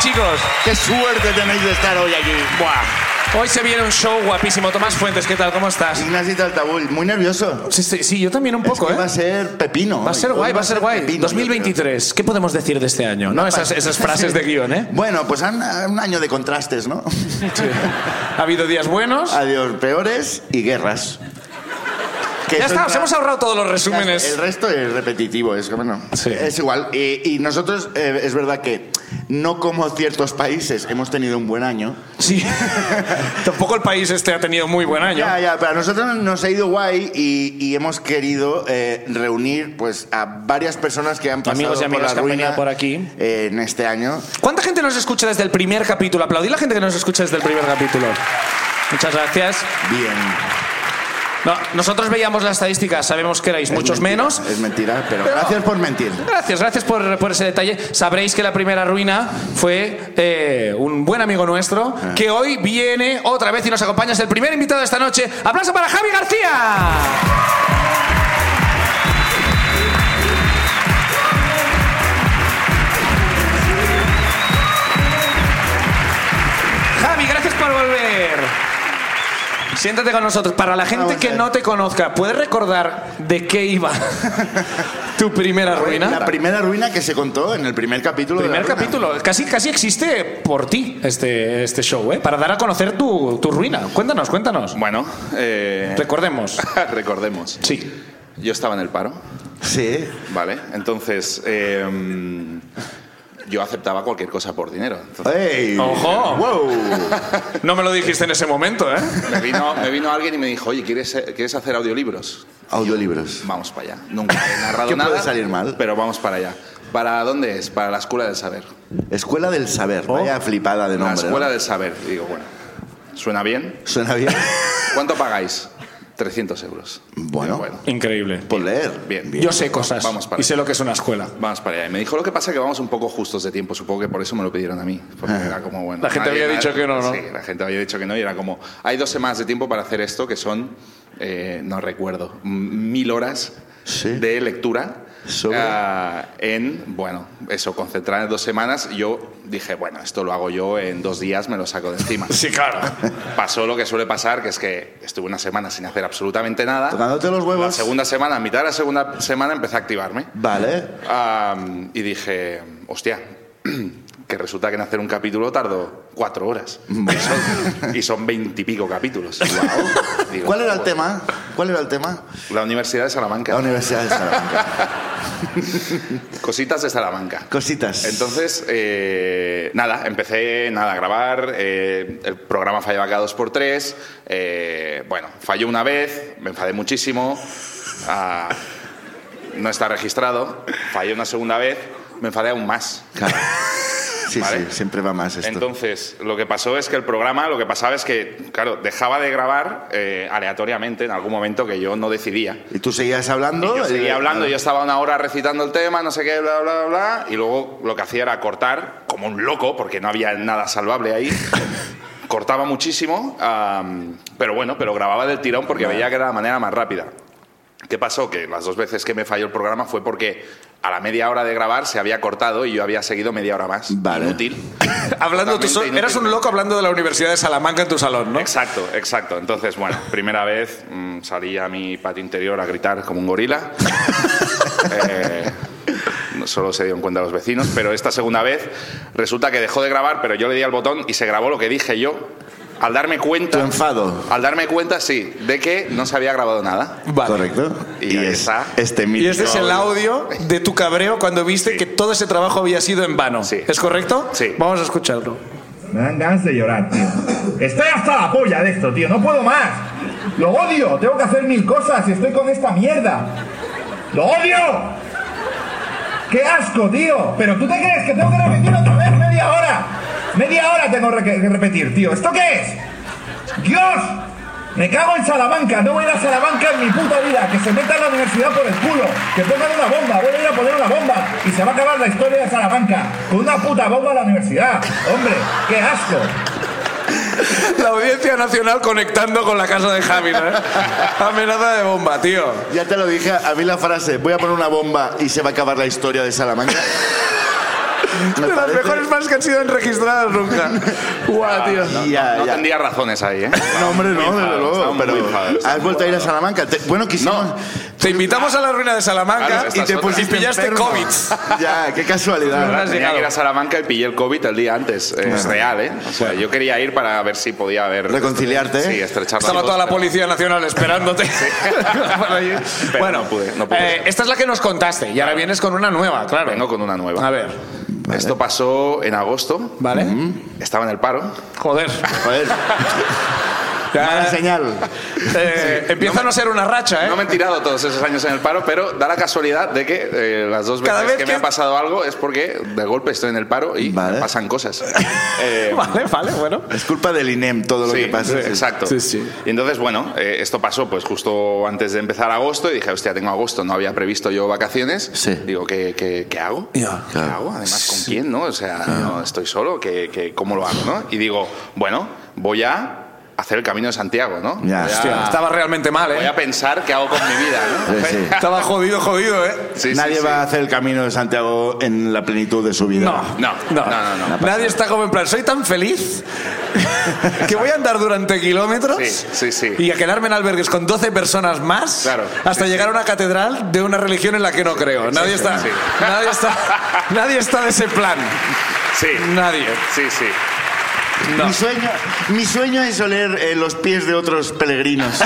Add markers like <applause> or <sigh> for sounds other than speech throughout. chicos. Qué suerte tenéis de estar hoy aquí. Buah. Hoy se viene un show guapísimo. Tomás Fuentes, ¿qué tal? ¿Cómo estás? Ignacio Taltabull, muy nervioso. Sí, sí, sí, yo también un poco, Es que ¿eh? Va a ser pepino. Va a ser hoy. guay, Hoy va a ser guay. pepino, yo creo. 2023, ¿qué podemos decir de este año? No, esas, esas frases de guión, <laughs> ¿eh? Bueno, pues han- un año de <laughs> contrastes, ¿no? Ha habido días buenos. Adiós, peores y guerras. Que Ya eso está, entra- os hemos ahorrado todos los Ya está, resúmenes. El resto es repetitivo, es que bueno, Sí. es igual. Y, y nosotros, eh, es verdad que no como ciertos países hemos tenido un buen año. Sí. <laughs> Tampoco el país este ha tenido muy buen año. Ya, ya, pero a nosotros nos ha ido guay y, y hemos querido eh, reunir pues a varias personas que han pasado Amigos y por amigas la que han venido ruina por aquí. eh, en este año. ¿Cuánta gente nos escucha desde el primer capítulo? Aplaudí la gente que nos escucha desde el primer capítulo. Muchas gracias. Bien. No, nosotros veíamos las estadísticas, sabemos que erais Es muchos mentira, menos. Es mentira, pero, Pero- gracias por mentir. Gracias, gracias por, por ese detalle. Sabréis que la primera ruina fue eh, un buen amigo nuestro Ah. que hoy viene otra vez y nos acompaña. Es el primer invitado de esta noche. ¡Aplauso para Javi García! Javi, gracias por volver. Siéntate con nosotros. Para la gente Vamos a que ver. no te conozca, ¿puedes recordar de qué iba <laughs> tu primera ruina? La primera ruina que se contó en el primer capítulo. de la Primer ruina. capítulo. Casi, casi existe por ti este, este show, ¿eh? Para dar a conocer tu, tu ruina. Cuéntanos, cuéntanos. Bueno, eh, Recordemos. <laughs> recordemos. Sí. Yo estaba en el paro, Sí. ¿vale? Entonces, eh, yo aceptaba cualquier cosa por dinero. Entonces, ¡Ey! Ojo. ¡Wow! No me lo dijiste en ese momento, ¿eh? me, vino, me vino alguien y me dijo, oye, ¿quieres, eh, ¿quieres hacer audiolibros? Audiolibros. Vamos para allá. Nunca he narrado ¿Qué puede nada. salir mal? Pero vamos para allá. ¿Para dónde es? Para la Escuela del Saber. Escuela del Saber. Oh. Vaya flipada de la nombre. Escuela ¿no? del Saber. Y digo, bueno, ¿suena bien? Suena <laughs> bien. ¿Cuánto pagáis? 300 euros. Bueno. Digo, Increíble. Por leer. Bien. Yo sé cosas. Vamos para y sé lo que es una escuela. Vamos para allá. Y me dijo lo que pasa es que vamos un poco justos de tiempo. Supongo que por eso me lo pidieron a mí. Porque era como, bueno, La gente había dicho que no, ¿no? Sí, la gente había dicho que no. Y era como, hay dos semanas de tiempo para hacer esto, que son, eh, no recuerdo, m- mil horas Sí. de lectura. Sobre- ah, en, bueno, eso, concentrada en dos semanas. Y Yo dije, bueno, esto lo hago yo en dos días, me lo saco de <laughs> encima. Sí, claro. Pasó lo que suele pasar, que es que estuve una semana sin hacer absolutamente nada. Tocándote los huevos. La segunda semana, a mitad de la segunda semana, empecé a activarme. Vale. Am, y dije, hostia, <clears throat> que resulta que en hacer un capítulo tardo cuatro horas. Y son- Y son <laughs> veintipico capítulos. Guau. Digo, ¿Cuál era el "Joder". tema? ¿Cuál era el tema? La Universidad de La Salamanca. Universidad de Salamanca. Cositas de Salamanca. Cositas. Entonces, eh, nada, empecé nada, a grabar, eh, el programa fallaba cada dos por tres, eh, bueno, falló una vez, me enfadé muchísimo, ah, no está registrado, falló una segunda vez, me enfadé aún más. Claro. Sí, Vale. sí, siempre va más esto. Entonces, lo que pasó es que el programa, lo que pasaba es que, claro, dejaba de grabar eh, aleatoriamente en algún momento que yo no decidía. y tú seguías hablando. Y yo seguía eh, hablando, yo estaba una hora recitando el tema, no sé qué, bla, bla, bla, y luego lo que hacía era cortar, como un loco, porque no había nada salvable <laughs> ahí. Cortaba muchísimo, am, pero bueno, pero grababa del tirón porque veía que era la manera más rápida. ¿Qué pasó? Que las dos veces que me falló el programa fue porque a la media hora de grabar se había cortado y yo había seguido media hora más. Vale. Inútil. <laughs> hablando tú Totalmente sol- inútil. Eras un loco hablando de la Universidad de Salamanca en tu salón, ¿no? Exacto, exacto. Entonces, bueno, primera vez mm, salí a mi patio interior a gritar como un gorila. <laughs> Eh, no- solo se dieron cuenta los vecinos, pero esta segunda vez resulta que dejó de grabar, pero yo le di al botón y se grabó lo que dije yo. Al darme cuenta. Tu enfado. Al darme cuenta, sí, de que no se había grabado nada. Vale. Correcto. Y ahí es- está. Este Y este es el mítico- audio de tu cabreo cuando viste que todo ese trabajo había sido en vano. Sí. ¿Es correcto? Sí. Vamos a escucharlo. Me dan ganas de llorar, tío. Estoy hasta la polla de esto, tío. No puedo más. Lo odio. Tengo que hacer mil cosas y estoy con esta mierda. ¡Lo odio! ¡Qué asco, tío! Pero tú te crees que tengo que repetir otra vez media hora. Media hora tengo re- que repetir, tío. ¿Esto qué es? ¡Dios! Me cago en Salamanca. No voy a ir a Salamanca en mi puta vida. Que se meta la universidad por el culo. Que pongan una bomba. Voy a ir a poner una bomba. Y se va a acabar la historia de Salamanca. Con una puta bomba a la universidad. Hombre, qué asco. <laughs> La audiencia nacional conectando con la casa de Javi, ¿no? Amenaza de bomba, tío. <laughs> Ya te lo dije, a mí la frase, voy a poner una bomba y se va a acabar la historia de Salamanca. Me de las parece- mejores fans que han sido enregistradas nunca. <laughs> Guau, tío. Ah, No, Ya, no ya. tendría razones ahí, ¿eh? No, hombre, no, desde enfadados, luego. estamos Pero muy enfadados. has vuelto a ir a Salamanca. Te- bueno, quisimos. Te invitamos a la ruina de Salamanca Claro, y esta te es otra. pusiste- Y pillaste enfermo. COVID. Ya, qué ¿Verdad? casualidad. <laughs> has <laughs> Tenía llegado. que ir a Salamanca y pillé el COVID el día antes. Eh, Es real, ¿eh? O sea, yo quería ir para ver si podía haber... Reconciliarte, ¿eh? Sí, estrechar Estaba lazos, toda la pero- policía nacional esperándote. <laughs> Por allí. Pero bueno, no pude, no pude. eh, esta es la que nos contaste y ahora vienes con una nueva, claro. Vengo con una nueva. Mm. A ver, Esto pasó en agosto. ¿vale? Estaba en el paro. <laughs> Joder. Joder, Ya, mala señal. eh, empieza a no ser una racha, ¿eh? No me he tirado todos esos años en el paro, pero da la casualidad de que eh, las dos veces Cada vez que, que- me ha pasado algo es porque de golpe estoy en el paro y Vale. me pasan cosas. Eh, <laughs> Vale, vale, bueno. Es culpa del INEM todo lo Sí, que pasa. sí, Exacto. Sí, sí. Y entonces, bueno, eh, esto pasó pues justo antes de empezar agosto y dije, hostia, tengo agosto, no había previsto yo vacaciones. Sí. Digo, ¿qué, qué, qué hago? Ya. ¿Qué hago? Además, ¿con quién? ¿no? O sea, no estoy solo, ¿qué, qué, ¿cómo lo hago? ¿no? Y digo, bueno, voy a hacer el camino de Santiago, ¿no? Ya. voy, a, Hostia, estaba realmente mal, voy a ¿eh? pensar qué hago con mi vida, Sí, ¿no? sí. Estaba jodido, jodido, ¿eh? <laughs> Sí, sí, Nadie sí. va a hacer el camino de Santiago en la plenitud de su vida. No, no, no, no. Nadie está como en plan, soy tan <laughs> feliz que voy a andar durante kilómetros Sí, sí, sí. y a quedarme en albergues con 12 personas más Claro, hasta sí, llegar a una catedral de una religión en la que no creo. Nadie está, exacto, sí. nadie, <laughs> está, nadie está de ese plan. Sí, Nadie. sí, sí. No. Mi, sueño, mi sueño es oler eh, los pies de otros <laughs> peregrinos,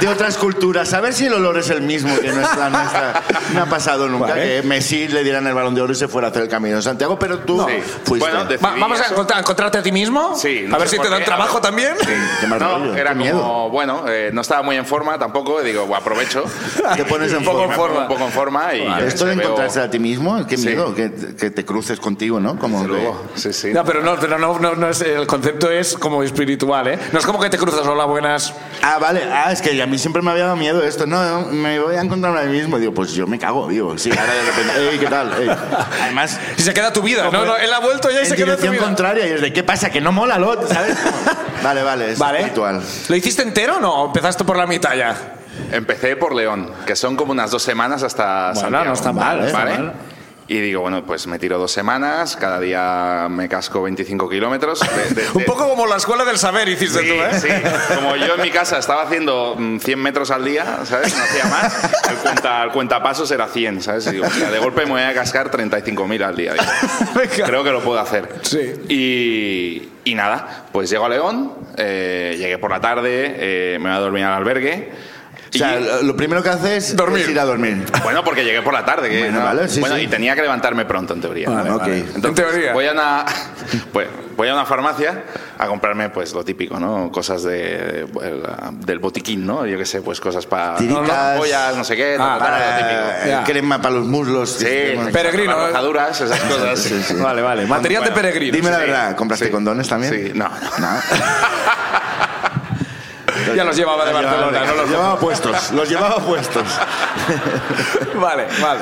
de otras culturas, a ver si el olor es el mismo que nuestra. nuestra. No ha pasado nunca Vale. que Messi le dieran el balón de oro y se fuera a hacer el camino de Santiago, pero tú Sí. fuiste. Bueno, de- Va- vamos a eso. encontrar- a encontrarte a ti mismo. Sí, no a ver sé si te por dan qué. trabajo también. Qué mal rollo, No, era qué miedo. como, bueno, eh, no estaba muy en forma tampoco, y digo, "Buah, aprovecho. <laughs> Te pones en un poco forma. en forma. Un poco en forma y yo Esto qué de sé, veo- encontrarse a ti mismo, qué Sí. miedo que, que te cruces contigo, ¿no? Como Desde que- luego, sí, sí. No, pero no, pero no, no, no es, el concepto es como espiritual, ¿eh? No es como que te cruzas, hola, buenas. Ah, vale. Ah, es que a mí siempre me había dado miedo esto. No, no, me voy a encontrar a mí mismo. Digo, pues yo me cago, digo. Sí, ahora de repente. Ey, ¿qué tal? Ey. Además, Y se queda tu vida. No, no, él ha vuelto ya y en se queda tu dirección vida. contraria. Y es de, ¿qué pasa? Que no mola, Lot, ¿sabes? vale, vale, es Vale. espiritual. ¿Lo hiciste entero o no? ¿O empezaste por la mitad ya? Empecé por León, que son como unas dos semanas hasta Bueno, Santiago, no está mal, ¿eh? ¿vale? Está mal. Y digo, bueno, pues me tiro dos semanas, cada día me casco 25 kilómetros. <laughs> de- de- Un de- poco como la escuela del saber hiciste Sí, tú, ¿eh? sí. Como yo en mi casa estaba haciendo mm, 100 metros al día, ¿sabes? No hacía más. El, cuenta, el cuentapasos era 100, ¿sabes? Y digo, "Mira, de golpe me voy a cascar 35.000 al día. Digo, Venga. Creo que lo puedo hacer. Sí. Y, y nada, pues llego a León, eh, llegué por la tarde, eh, me voy a dormir al albergue. O sea, y- lo- lo primero que haces Dormir. es ir a dormir. bueno, porque llegué por la tarde. que Bueno, no- vale, sí, bueno, sí. y tenía que levantarme pronto, en teoría. Vale, ok. En teoría. Voy a, una, <laughs> pues, voy a una farmacia a comprarme, pues, lo típico, ¿no? Cosas de, el, ah, del botiquín, ¿no? Yo qué sé, pues, cosas para... Tiricas. Ollas, no sé qué, Ah, tal, tal, vale. lo típico. Ah, Ya. crema para los muslos. Sí, Peregrino, ¿eh? Rajaduras, esas cosas. Sí, sí. Vale, vale. Material de Bueno, peregrino. Dime la Sí, verdad, ¿compraste sí. condones también? Sí, no. No. Ya los llevaba de Los llevaba- Barcelona, no Los los llevaba puestos, los llevaba puestos. Vale, vale.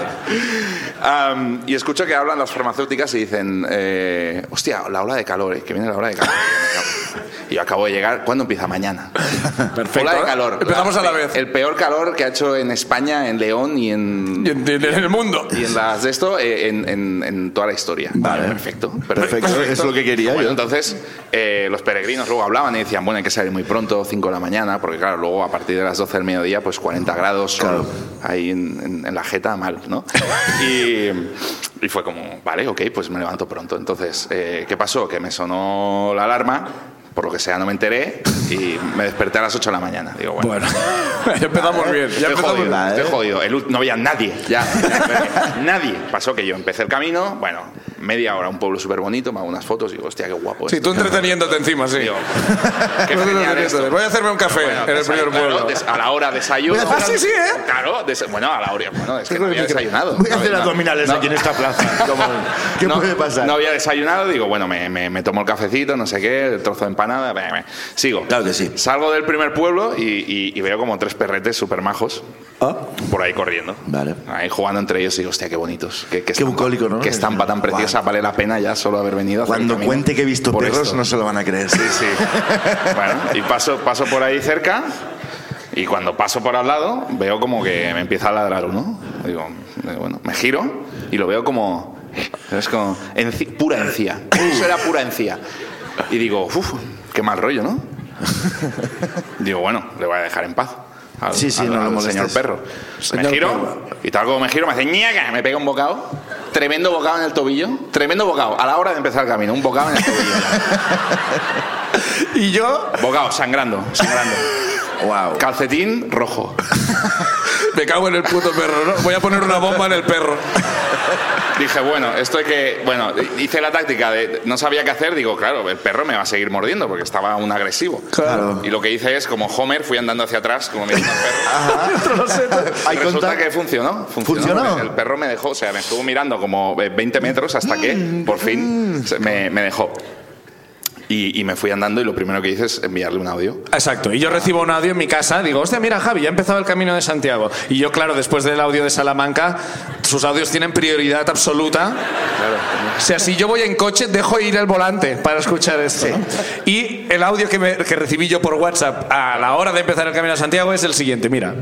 Am, y escucho que hablan las farmacéuticas y dicen, eh, hostia, la ola de calor, eh, que viene la ola de calor. y yo acabo de llegar, ¿cuándo empieza? Mañana. Perfecto. Ola de calor. Empezamos a la vez. El peor calor que ha hecho en España, en León y en... Y en, en- en el mundo. y en las de esto, eh, en, en- en toda la historia. Vale. Perfecto. Perfecto, es lo que quería Bueno, yo. entonces, eh, los peregrinos luego hablaban y decían, bueno, hay que salir muy pronto, 5 de la mañana, porque claro, luego a partir de las 12 del mediodía, pues 40 grados Claro. sol ahí en, en- en la jeta, mal, <laughs> ¿no? y, y fue como, vale, ok, pues me levanto pronto. Entonces, eh, ¿qué pasó? Que me sonó la alarma, por lo que sea no me enteré, y me desperté a las 8 de la mañana. Digo, bueno, Bueno, <laughs> ya empezamos bien. Ya estoy empezamos jodido, bien. mal, estoy ¿eh? jodido. El ult- no había nadie. Ya. <laughs> nadie. Pasó que yo empecé el camino, bueno, media hora, un pueblo súper bonito, me hago unas fotos y digo, hostia, qué guapo. Sí, esto. tú entreteniéndote encima, sí. <laughs> Digo, qué Tú genial entreteniéndote. esto. Voy a hacerme un café Bueno, en el desay- primer claro, pueblo. des- a la hora desayuno. Ah, sí, sí, ¿eh? Claro, des- bueno, a la hora. Bueno, es que no Voy había desayunado. a hacer No, abdominales no. aquí en esta plaza. Como, ¿Qué No, puede pasar? No había desayunado, digo, bueno, me, me- me tomo el cafecito, no sé qué, el trozo de empanada, beh, beh. sigo. Claro que sí. Salgo del primer pueblo y, y- y veo como tres perretes súper majos Ah. por ahí corriendo. Vale. Ahí jugando entre ellos y digo, hostia, qué bonitos. Qué, Qué bucólico, ¿no? Qué estampa tan preciosa, vale la pena ya solo haber venido. a hacer el Cuando camino cuente que he visto por perros esto. no se lo van a creer. Sí, sí. bueno, y paso, paso por ahí cerca y cuando paso por al lado veo como que me empieza a ladrar uno. Digo, eh, bueno, me giro y lo veo como Es como enci- pura encía. Eso era pura encía. Y digo, uff, qué mal rollo, ¿no? digo, bueno, le voy a dejar en paz. Al, Sí, sí, al- no lo al molestes. señor perro. Señor me giro perro. y tal como me giro me hace ñaca, me pega un bocado, tremendo bocado en el tobillo, tremendo bocado a la hora de empezar el camino, un bocado en <laughs> el tobillo, Y yo bocado sangrando, sangrando, Wow. calcetín rojo. me cago en el puto perro, ¿no? Voy a poner una bomba en el perro. Dije, bueno, esto hay que. Bueno, hice la táctica de. No sabía qué hacer, digo, claro, el perro me va a seguir mordiendo porque estaba un agresivo. <laughs> Claro. Y lo que hice es, como Homer, fui andando hacia atrás, como me dijo el perro. Hay Y resulta contact. que funcionó. Funcionó. ¿Funcionó? El perro me dejó, o sea, me estuvo mirando como eh, 20 metros hasta que Mm, por fin se- me, me dejó. Y, y me fui andando y lo primero que hice es enviarle un audio. Exacto. Y yo recibo un audio en mi casa. Digo, hostia, mira, Javi, ya ha empezado el camino de Santiago. Y yo, claro, después del audio de Salamanca, sus audios tienen prioridad absoluta. O sea, si yo voy en coche, dejo ir el volante para escuchar esto. ¿no? Y el audio que, me- que recibí yo por WhatsApp a la hora de empezar el camino de Santiago es el siguiente. Mira.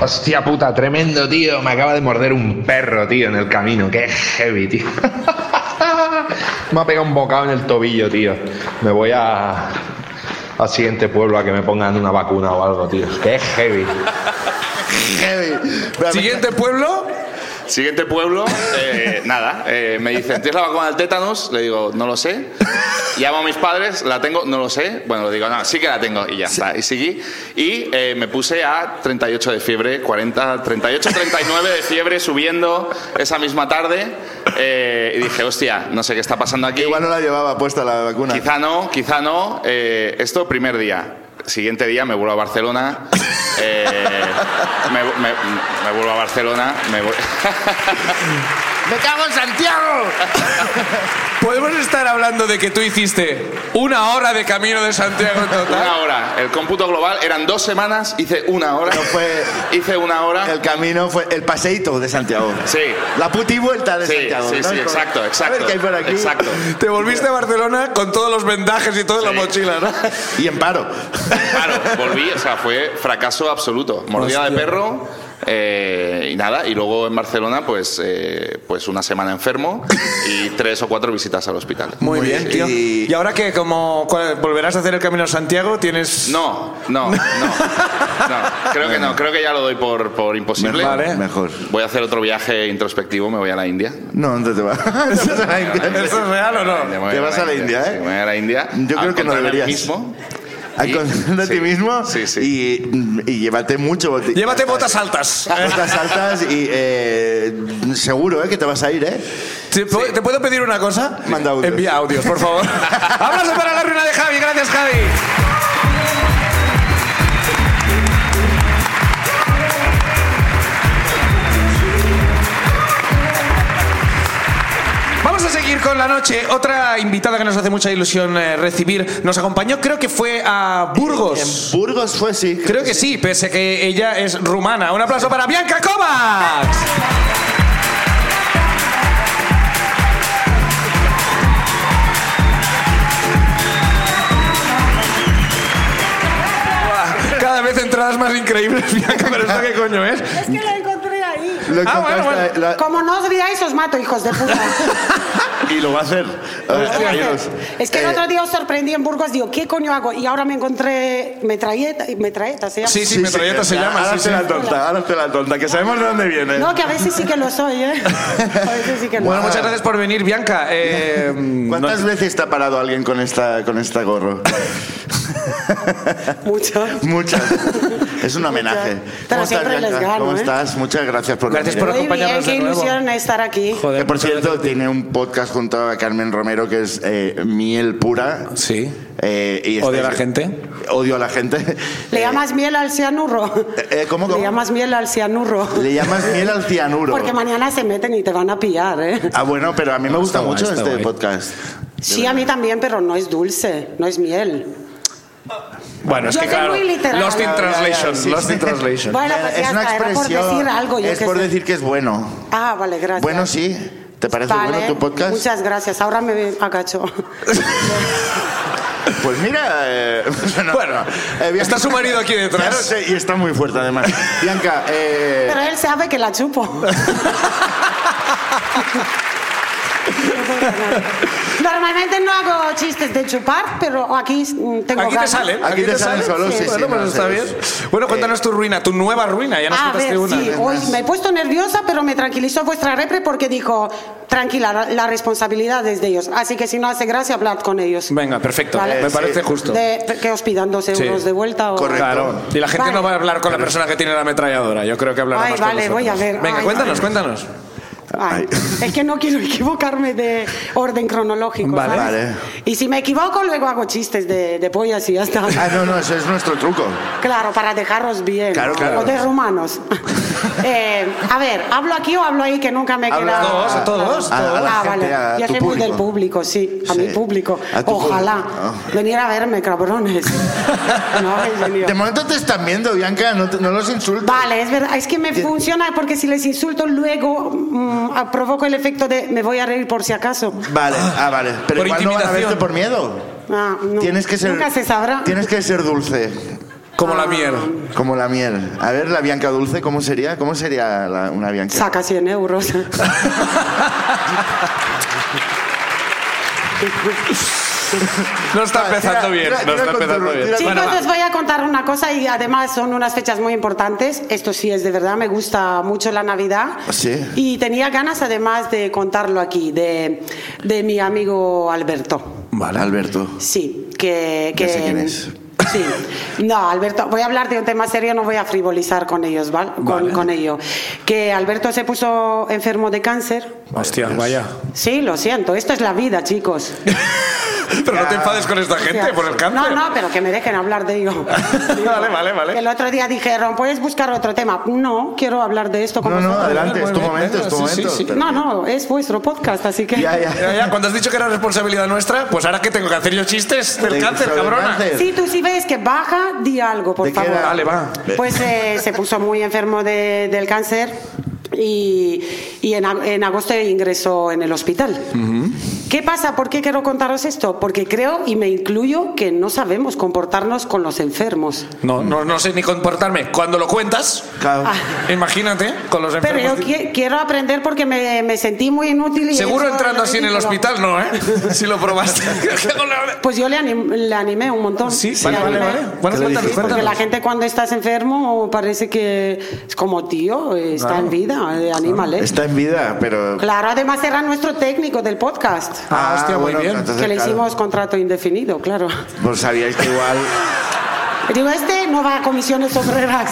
Hostia puta, tremendo, tío. Me acaba de morder un perro, tío, en el camino. Qué heavy, tío. <laughs> me ha pegado un bocado en el tobillo, tío. Me voy a. al siguiente pueblo a que me pongan una vacuna o algo, tío. Qué heavy. Siguiente pueblo. Siguiente pueblo, eh, nada. eh, me dicen, ¿tienes la vacuna del tétanos? Le digo, no lo sé. Llamo a mis padres, la tengo, no lo sé. Bueno, le digo, no, sí que la tengo y ya está. Y seguí. Y eh, me puse a 38 de fiebre, 40, 38, 39 de fiebre subiendo esa misma tarde. eh, y dije, hostia, no sé qué está pasando aquí. Igual no la llevaba puesta la vacuna. Quizá no, quizá no. Eh, esto primer día. Siguiente día me vuelvo a Barcelona. <laughs> Eh, me, me- me vuelvo a Barcelona. Me vu- ¡Me cago en Santiago! Podemos estar hablando de que tú hiciste una hora de camino de Santiago en total. Una hora. El cómputo global eran dos semanas, hice una hora. No fue- Hice una hora. El camino fue el paseíto de Santiago. Sí. La puti vuelta de Sí, Santiago. sí, ¿no? sí, Con- exacto, exacto. A ver qué hay por aquí. Exacto. Te volviste a Barcelona con todos los vendajes y toda la Sí. mochila, ¿no? Y en paro. Claro, volví, o sea, fue fracaso absoluto. Mordida de Hostia. perro eh, y nada. Y luego en Barcelona, pues, eh, pues una semana enfermo y tres o cuatro visitas al hospital. Muy bien, tío. y- Y ahora que como cuál- volverás a hacer el Camino de Santiago, tienes... No, <laughs> no, no, no. Creo que no, creo que ya lo doy por, por imposible. Vale. Mejor. Voy a hacer otro viaje introspectivo, me voy a <laughs> la India. <laughs> No, ¿dónde <laughs> te vas? Te vas a la India. ¿Eso es real o Me no? voy Te vas a la India, ¿eh? sí, me voy a la India. Yo a creo que no encontrarme a mí deberías. mismo. Al Y- control de sí, ti mismo Sí, sí. Y, y llévate mucho botín. Llévate botas altas. Botas altas y eh, seguro eh, que te vas a ir, ¿eh? ¿Te, pu- te puedo pedir una cosa? Manda audios. Envía audios, por favor. Abrazo para la ruina de Javi. Gracias, Javi. Vamos a seguir con la noche. Otra invitada que nos hace mucha ilusión eh, recibir nos acompañó, creo que fue a Burgos. En Burgos fue, sí. Creo que sí, pese a que ella es rumana. Un aplauso para Bianca Kovacs. Buah, Cada vez entradas más increíbles, Bianca, pero esto qué coño es. Es que la encontré ahí. Lo Ah, bueno, encontraste- la- Como no os riáis, os mato, hijos de puta. y lo va a hacer. Ah, Lo voy a Adiós. hacer. Es que el Eh, otro día os sorprendí en Burgos, digo, ¿qué coño hago? Y ahora me encontré metralleta, metralleta se llama. Sí, sí, metralleta se llama. Ahora sí, hazte sí. la tonta, ahora hazte la tonta, que sabemos de dónde viene. No, que a veces sí que lo soy, ¿eh? A veces sí que lo Bueno, soy. muchas gracias por venir, Bianca. Eh, ¿Cuántas no- veces te ha parado alguien con esta, con <laughs> esta gorro? Mucho. Muchas. Es un homenaje. Pero ¿Cómo estás, siempre les Blanca? gano, ¿Cómo ¿eh? estás? Muchas gracias por Gracias venir. por Muy bien, acompañarnos qué de nuevo. ilusión estar aquí. Que por cierto, tiene un podcast junto a Carmen Romero que es eh, Miel Pura. Sí. Eh, y Odio a la estáis- gente. Odio a la gente. ¿Le Eh, llamas miel al cianurro? eh, ¿Cómo, cómo? Le llamas miel al cianurro. Le llamas miel al cianuro. Porque mañana se meten y te van a pillar, ¿eh? Ah, bueno, pero a mí me Está gusta guay, mucho está este guay. podcast. Sí, a mí también, pero no es dulce, no es miel. Bueno, es Yo que soy claro. muy literal. Lost in Ya, ya, ya, Translation. sí, Lost in sí. Translation. Bueno, pues es ya una está, era por expresión. decir algo, yo es qué por sé. decir que es bueno. Ah, vale, gracias. Bueno, sí. ¿Te parece Vale, bueno tu podcast? Eh. Muchas gracias. Ahora me agacho. Pues mira. eh, <laughs> no, Bueno, no. Eh, Bianca- está su marido aquí detrás. Ya lo sé, y está muy <laughs> fuerte además. Bianca, eh, <laughs> Pero él sabe que la chupo. Normalmente no hago chistes de chupar, pero aquí mm, tengo Aquí te ganas. salen. Aquí te salen solo, sí, Bueno, sí, pues no, está sí, Eh, bien. es- Bueno, cuéntanos tu ruina, tu nueva ruina. Ya nos A contaste ver, una. sí, hoy me he puesto nerviosa, pero me tranquilizó vuestra repre porque dijo, tranquila, la- la responsabilidad es de ellos. Así que si no hace gracia, hablad con ellos. Venga, perfecto. Vale. Me Sí. parece justo. De, que os pidan dos euros de vuelta o... Correcto. Claro. Y la gente Vale. no va a hablar con la persona que tiene la ametralladora. Yo creo que hablará Ay, más con vale, vosotros. voy a ver. Venga, Ay, cuéntanos, vale. cuéntanos. Ay, <laughs> es que no quiero equivocarme de orden cronológico. Vale. ¿sabes? Vale. Y si me equivoco, luego hago chistes de, de pollas y ya está. Ah, no, no, eso es nuestro truco. Claro, para dejaros bien. Claro, ¿no? claro. O de <laughs> rumanos. Eh, a ver, ¿hablo aquí o hablo ahí que nunca me he Habla quedado? todos, a todos, a todos. a la ah, gente, vale. a Yo tu soy muy público. del público, sí. A Sí. mi público. A tu Ojalá. público. Oh. Venir a <laughs> verme, cabrones. no habéis venido. De momento te están viendo, Bianca, no, te- no los insultes. Vale, es verdad, es que me funciona porque si les insulto luego mm, ah, provoco el efecto de me voy a reír por si acaso. Vale, ah, vale. Pero Por igual no van a verte intimidación. por miedo. Ah, no. Tienes que ser. Nunca se sabrá. Tienes que ser dulce, Como Ah. la miel. como la miel. A ver, la Bianca dulce, ¿cómo sería? ¿Cómo sería la- una Bianca? Saca <laughs> 100 euros. No está empezando tira- bien. tira- No tira está con tu empezando ru- bien. tira- Chicos, Bueno, va. les voy a contar una cosa y además son unas fechas muy importantes. Esto sí es de verdad, me gusta mucho la Navidad. Sí. Y tenía ganas además de contarlo aquí, de, de mi amigo Alberto. Vale, Alberto. Sí, que... que Ya sé quién es. <laughs> Sí. No, Alberto, voy a hablar de un tema serio, no voy a frivolizar con ellos, ¿vale? Con, Vale. con ello. Que Alberto se puso enfermo de cáncer. Hostia, <laughs> vaya. Sí, lo siento, esto es la vida, chicos. Pero no te enfades con esta gente por el cáncer. No, no, pero que me dejen hablar de ello. <laughs> Vale, vale, vale. Que El otro día dijeron, ¿puedes buscar otro tema? No, quiero hablar de esto con No, no, vosotros. adelante, es tu momento, es Sí, tu sí, momento. sí. Pero- No, no, es vuestro podcast, así que... Ya, ya. Ya, ya, cuando has dicho que era responsabilidad nuestra, pues ahora que tengo que hacer yo chistes del De- cáncer, sobre cabrona. cáncer. Si tú sí ves que baja, di algo, por ¿De qué favor. era? Vale, va. Pues eh, se puso muy enfermo de- del cáncer y, y en, ag- en agosto ingresó en el hospital. ¿Qué pasa? ¿Por qué quiero contaros esto? Porque creo, y me incluyo, que no sabemos comportarnos con los enfermos. No, no, no sé ni comportarme. Cuando lo cuentas, Claro. Ah, imagínate, con los Pero yo enfermos. qui- quiero aprender porque me, me sentí muy inútil. Y Seguro eso entrando es así en el ridículo. hospital, no, <laughs> ¿eh? Si lo <laughs> probaste. Pues yo le, anim- le animé un montón. sí, Le vale, vale, animé. vale. Bueno, ¿Qué le cuéntanos, dijiste? Porque la cuéntanos. gente cuando estás enfermo parece que es como tío, eh, está en vida, eh, anímale. Está en vida, pero. Claro, además era nuestro técnico del podcast, Ah, hostia, muy bien. entonces, que le claro, hicimos contrato indefinido, claro. <laughs> Pues sabíais que igual. Digo, este no va a comisiones obreras.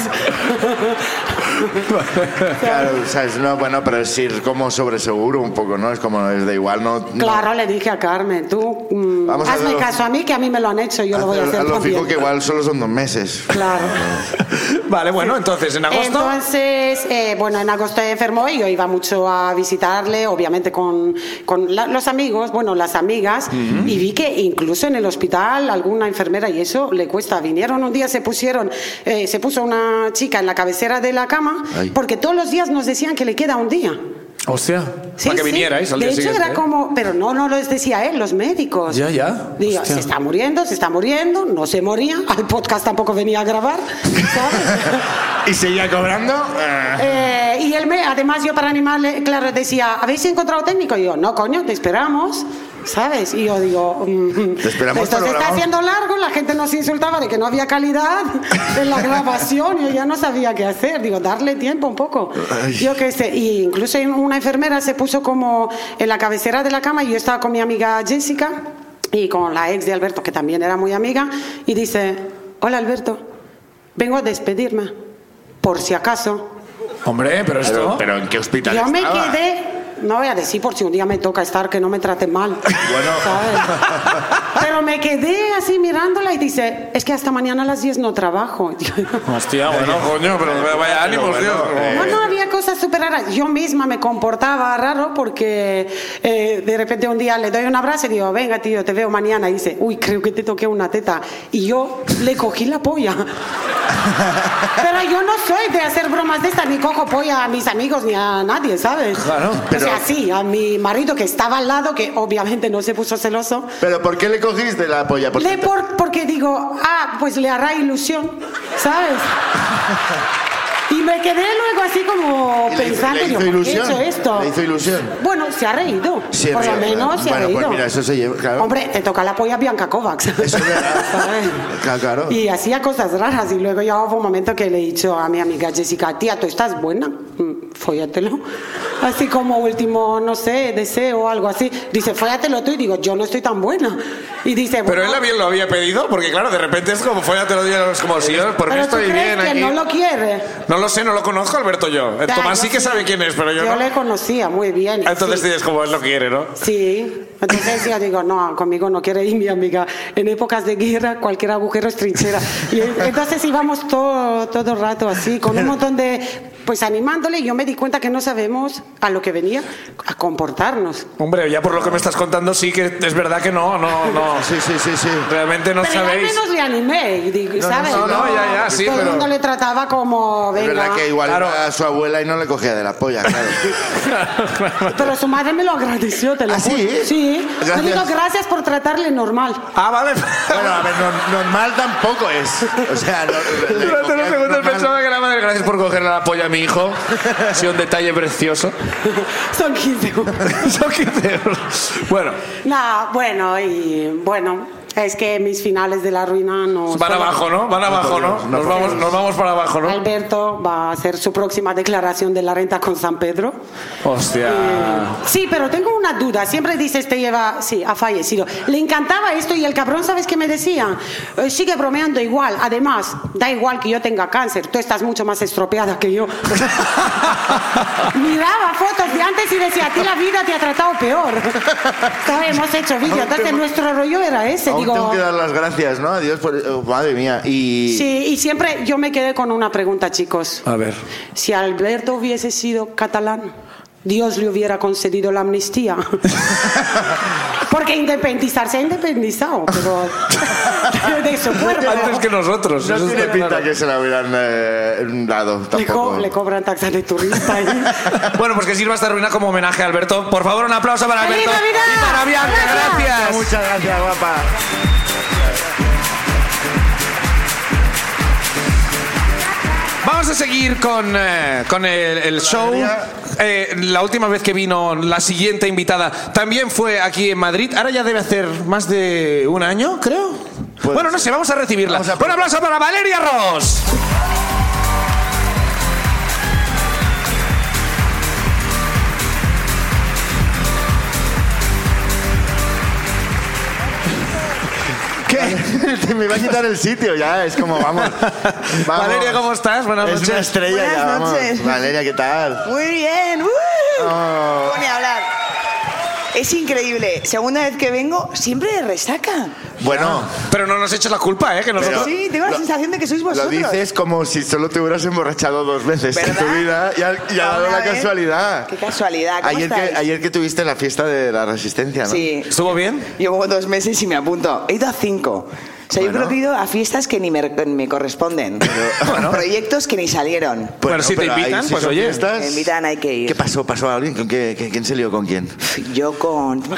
Claro, sabes, no, bueno, pero es ir como sobre seguro un poco, ¿no? Es como, es de igual, no. no- Claro, le dije a Carmen, tú mm, Vamos a hazme hacerlo. caso a mí, que a mí me lo han hecho, yo lo voy a hacer lo fijo también. que igual solo son dos meses. Claro. Vale, bueno, entonces, en agosto. Entonces, eh, bueno, en agosto se enfermó y yo iba mucho a visitarle, obviamente con, con la- los amigos, bueno, las amigas, y vi que incluso en el hospital alguna enfermera y eso le cuesta. Vinieron un día, se pusieron, eh, se puso una chica en la cabecera de la cama, Ay. porque todos los días nos decían que le queda un día. Hostia, Sí, para que sí. vinierais al De día hecho, siguiente. ¿eh? era como, pero no, no los decía él, los médicos. Ya, ya. Digo, Hostia. se está muriendo, se está muriendo, no se moría, al podcast tampoco venía a grabar, ¿sabes? ¿Y seguía cobrando? Eh, Eh, y él me, además yo para animarle, claro, decía, ¿habéis encontrado técnico? Y yo, no, coño, te esperamos, ¿sabes? Y yo digo, mm, Te esperamos, esto pero se está grabamos". haciendo largo, la gente nos insultaba de que no había calidad en la grabación, yo ya no sabía qué hacer, digo, darle tiempo un poco. Ay. Yo qué sé, y incluso una enfermera se puso como en la cabecera de la cama y yo estaba con mi amiga Jessica y con la ex de Alberto, que también era muy amiga, y dice, hola Alberto, vengo a despedirme, por si acaso. Hombre, pero esto. Pero, pero ¿en qué hospital Yo me estaba? quedé, no voy a decir por si un día me toca estar, que no me traten mal. Bueno. ¿sabes? Pero me quedé así mirándola y dice, es que hasta mañana a las 10 no trabajo. <laughs> Hostia, bueno, coño, pero vaya ánimos, bueno, tío. eh, No, no, había cosas súper raras. Yo misma me comportaba raro porque eh, de repente un día le doy un abrazo y digo, venga tío, te veo mañana. Y dice, uy, creo que te toqué una teta. Y yo le cogí la polla. Pero yo no soy de hacer bromas de estas, ni cojo polla a mis amigos ni a nadie, ¿sabes? Claro, O sea, sí, a mi marido que estaba al lado, que obviamente no se puso celoso. ¿Pero por qué le cogiste la polla? Porque <laughs> Le por- porque digo, ah, pues le hará ilusión, ¿sabes? Y me quedé luego así como Y le hizo- pensando, le hizo digo, ¿por qué he ilusión, hecho esto? le hizo ilusión. Bueno, se ha reído. Se por lo ríe, menos claro. se ha Bueno, reído. pues mira, eso se lleva, claro. Hombre, te toca la polla Bianca Kovacs. Eso es verdad. <laughs> ¿Sabes? Claro, claro. Y hacía cosas raras. Y luego ya hubo un momento que le he dicho a mi amiga Jessica, tía, tú estás buena, Mm, fóllatelo. Así como último, no sé, deseo o algo así. Dice, fóllatelo tú. Y digo, yo no estoy tan buena. Y dice, Pero bueno, él bien lo había pedido, porque claro, de repente es como fuera te lo digo, es como si yo, ¿por qué pero tú estoy crees bien que aquí? no lo quiere. No lo sé, no lo conozco, Alberto, yo. El Ya, Tomás yo sí que sabe quién es, pero yo, Yo no. le conocía muy bien. Entonces sí. dices, como él lo quiere, ¿no? Sí, entonces yo digo, no, conmigo no quiere ir mi amiga. En épocas de guerra cualquier agujero es trinchera. Y en- entonces íbamos todo, todo el rato así, con un montón de... Pues animándole, y yo me di cuenta que no sabemos a lo que venía, a comportarnos. Hombre, ya por lo que me estás contando, sí que es verdad que no, no, no. Sí, sí, sí, sí. Realmente no pero ya al sabéis. menos le animé, y digo, ¿sabes? no, no, ya, ya, sí, Todo pero- el mundo le trataba como, Es venga. verdad que igual Claro. era su abuela y no le cogía de la polla, claro. Pero su madre me lo agradeció, te lo ¿Ah, sí? juro. Sí, Gracias. me dijo, gracias por tratarle normal. <laughs> Ah, <laughs> vale. <laughs> Bueno, a ver, no- normal tampoco es. O sea, no, le Durante unos cogía segundos normal. pensaba que la madre, gracias por <laughs> cogerle la polla a mi hijo. Ha sido un detalle precioso. Son 15 euros. Son 15 euros. Bueno, No, bueno, y bueno, es que mis finales de la ruina no. van son- abajo, ¿no? Van abajo, ¿no? Nos vamos, nos vamos para abajo, ¿no? Alberto va a hacer su próxima declaración de la renta con San Pedro. Hostia. Sí, pero tengo una duda. Siempre dices te lleva, sí, ha fallecido. Le encantaba esto y el cabrón, ¿sabes qué me decía? Eh, Sigue bromeando igual. Además, da igual que yo tenga cáncer. Tú estás mucho más estropeada <laughs> que yo. Miraba fotos de antes y decía, a ti la vida te ha tratado <laughs> peor. ¿Sabes? Hemos hecho vídeo. Entonces nuestro rollo era ese. Aún Digo, tengo que dar las gracias, ¿no? Adiós por... oh, madre mía. Y... Sí, y siempre yo me quedé con una pregunta, chicos. A ver. Si Alberto hubiese sido catalán, Dios le hubiera concedido la amnistía. <laughs> Porque independizarse ha <laughs> independizado, pero de su cuerpo. Antes que nosotros. No eso tiene está pinta claro. que se la hubieran eh, dado le, co- tampoco. le cobran taxa <laughs> de turista ahí. Bueno, pues que sirva esta ruina como homenaje a Alberto. Por favor, un aplauso para ¡Feliz Alberto. Navidad! Y para Bianca, ¡Gracias! gracias. Muchas gracias, guapa. Vamos a seguir con, eh, con el, el show. Eh, la última vez que vino la siguiente invitada también fue aquí en Madrid. Ahora ya debe hacer más de un año, creo. Puede bueno, no ser. sé, vamos a recibirla. Vamos a- Un aplauso para Valeria Ross. ¿Qué? <laughs> Te- Me va a quitar el sitio ya, es como, <laughs> vamos. vamos. Valeria, ¿cómo estás? Buenas Es una noches. estrella ya, Buenas vamos. noches. Valeria, ¿qué tal? Muy bien. ¡uh! Oh. Pone a hablar. Es increíble. Segunda vez que vengo, siempre de resaca. Bueno, Pero no nos eches la culpa, ¿eh? Que nosotros... sí, tengo la lo- sensación de que sois lo vosotros. dices como si solo te hubieras emborrachado dos veces en tu vida ¿Verdad? y ha, y ha dado Ahora, la ¿eh? casualidad. Qué casualidad. ¿Cómo Ayer que, estáis? ayer que tuviste la fiesta de la resistencia, ¿no? Sí. ¿Estuvo bien? Llevo dos meses y me apunto. He ido a cinco. O sea, Bueno. yo creo que he ido a fiestas que ni me, me corresponden. <laughs> Proyectos que ni salieron. Bueno, si te pero ahí invitan, sí pues son oye. fiestas. Me invitan, hay que ir. ¿Qué pasó? ¿Pasó alguien? ¿Con qué, qué- ¿Quién se lió con quién? Yo con... <laughs> no,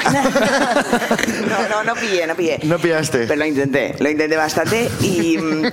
no, no pillé, no pillé. No pillaste. Pero lo intenté, lo intenté bastante y, mm,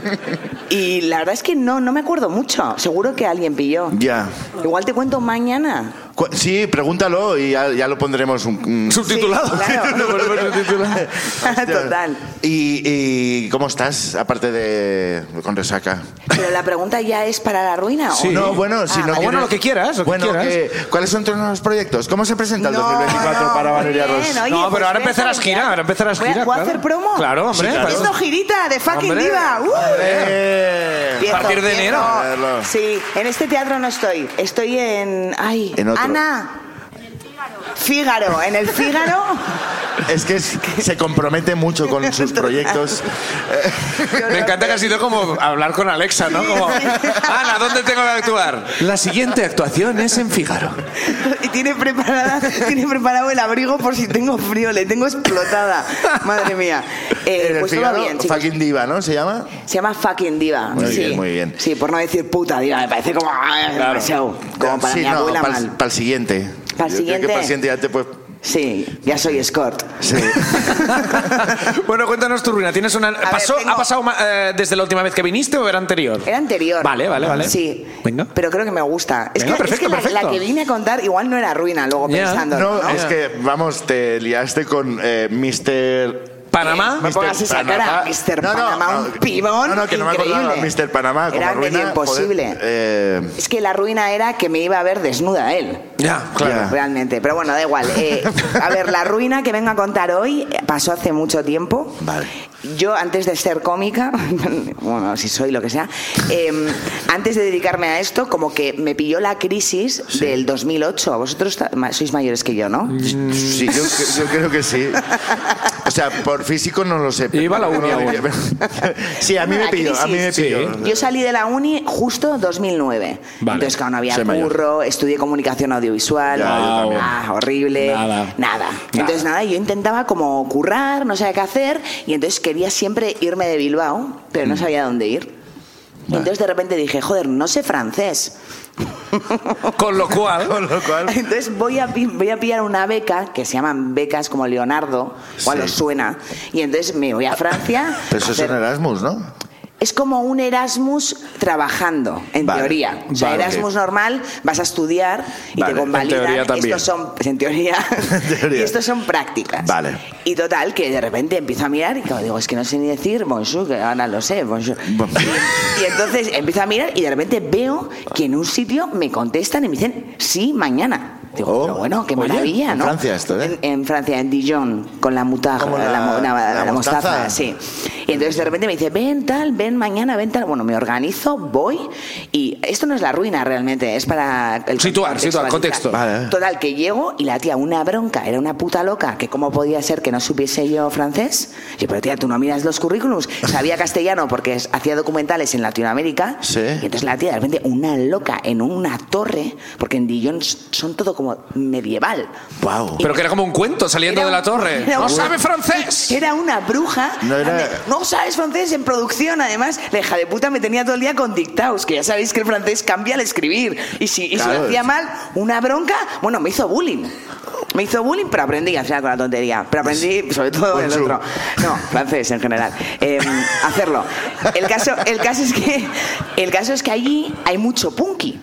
y la verdad es que no, no me acuerdo mucho. Seguro que alguien pilló. Ya. Igual te cuento mañana. Cu- Sí, pregúntalo y ya, ya lo pondremos un... un- Subtitulado. Sí, <laughs> <laughs> claro. Lo volvemos a titular. <laughs> Hostia. Total. ¿Y, y cómo estás, aparte de con resaca? Pero la pregunta ya es para la ruina. ¿o Sí. no? No, bueno, si Ah, no vale. O bueno, lo que quieras, lo que Bueno, quieras. que- ¿cuáles son tus nuevos proyectos? ¿Cómo se presenta el No, 2024 no, para muy Valeria bien, Ross? oye, no, pero pues ahora voy a empezarás cambiar. gira, ahora empezarás Voy a- gira. ¿Puedo claro. hacer promo? Claro, hombre. Sí, claro. claro. Esto girita de fucking Hombre. diva. ¡Uh! ¡Hombre! Empiezo, A partir de empiezo. enero. Sí, en este teatro no estoy. Estoy en. ¡Ay! En otro. Ana. Fígaro, en el Fígaro. Es que es- se compromete mucho con sus proyectos. Me encanta que ha sido como hablar con Alexa, ¿no? Como, Ana, ¿dónde tengo que actuar? La siguiente actuación es en Fígaro. Y tiene, preparada, tiene preparado el abrigo por si tengo frío, le tengo explotada. Madre mía. Eh, En el pues todo Figaro, bien, chicos. fucking diva, ¿no? ¿Se llama? Se llama fucking diva. Muy sí. bien, muy bien. Sí, por no decir puta diva, me parece como ah, demasiado. Como para sí, mi no, abuela para, el- mal. para el siguiente. Para el Yo creo que siguiente. para el siguiente ya te puedes Sí, ya soy escort. <laughs> bueno, cuéntanos tu ruina. ¿Tienes una... ver, ¿Pasó, tengo- ¿Ha pasado ma- eh, desde la última vez que viniste o era anterior? Era anterior. Vale, vale, vale. Sí. Venga. Pero creo que me gusta. Es Venga, que, es perfecto, que la- perfecto. la, que vine a contar igual no era ruina, luego Ya. pensando. No, No, es que, vamos, te liaste con eh, Mr. ¿Panamá? Me pongas esa cara, Mr. Panamá, un pibón No, no, que no me increíble. acordaba. Mr. Panamá, como Era medio ruina, imposible. joder, eh, Es que la ruina era que me iba a ver desnuda él. Ya, claro. Ya. Realmente, pero bueno, da igual. Eh, a ver, la ruina que vengo a contar hoy eh, pasó hace mucho tiempo. Vale. Yo, antes de ser cómica, <laughs> bueno, si soy lo que sea, eh, antes de dedicarme a esto, como que me pilló la crisis del 2008. Vosotros ta- ma- sois mayores que yo, ¿no? Sí, yo, yo creo que sí. O sea, por físico no lo sé. pero- Iba la uni aún. <laughs> Sí, a mí me Una pilló, a mí me crisis. pilló. Yo salí de la uni justo 2009. Vale. Entonces, claro, no había Soy mayor. curro, estudié comunicación audiovisual, Ya, yo ah, también. ah, horrible, Nada. nada. Entonces, nada, yo intentaba como currar, no sabía qué hacer, y entonces quería siempre irme de Bilbao, pero Mm. no sabía dónde ir. Entonces de repente dije, joder, no sé francés. Con lo <laughs> cual... Con lo cual, Entonces voy a, pi- voy a pillar una beca, que se llaman becas como Leonardo, cuando Sí. suena. Y entonces me voy a Francia. pero eso a es un hacer- Erasmus, ¿no? es como un Erasmus trabajando, en Vale, teoría. O sea, vale. Erasmus normal, vas a estudiar y Vale, te convalidan. en teoría también. Estos son, pues, en teoría. <laughs> En teoría. Y <laughs> estos son prácticas. Vale. Y total, que de repente empiezo a mirar y como digo, es que no sé ni decir bonjour, que ahora lo sé, bonjour. <laughs> Y entonces empiezo a mirar y de repente veo que en un sitio me contestan y me dicen, sí, mañana. Digo, Oh. pero bueno, qué Oye, maravilla, en ¿no? Francia esto, ¿eh? En, en Francia, en Dijon, con la mutaja, Como la, la- mo- una- la la mostaza, mostaza. sí. Y entonces de repente me dice, ven tal, ven mañana, ven tal. Bueno, me organizo, voy y esto no es la ruina realmente, es para el Situar, contextualizar. situar, contexto. Vale. Total, que llego y la tía, una bronca, era una puta loca, que cómo podía ser que no supiese yo francés. Yo, pero tía, tú no miras los currículums. Sabía castellano porque es- hacía documentales en Latinoamérica. Sí. Y entonces la tía, de repente, una loca en una torre, porque en Dijon s- son todo como medieval. Guau. Pero que era como un cuento saliendo Era de la un- torre. era ¡No un- sabe francés! Era una bruja. No era- No sabes francés en producción, además. La hija de puta me tenía todo el día con dictados, que ya sabéis que el francés cambia al escribir. Y si, y si Claro. lo hacía mal, una bronca, bueno, me hizo bullying. Me hizo bullying, pero aprendí al final con la tontería. Pero Pues, aprendí, sobre todo, el Bonjour. otro. No, francés en general. Eh, hacerlo. El caso, el, caso es que, el caso es que allí hay mucho punky.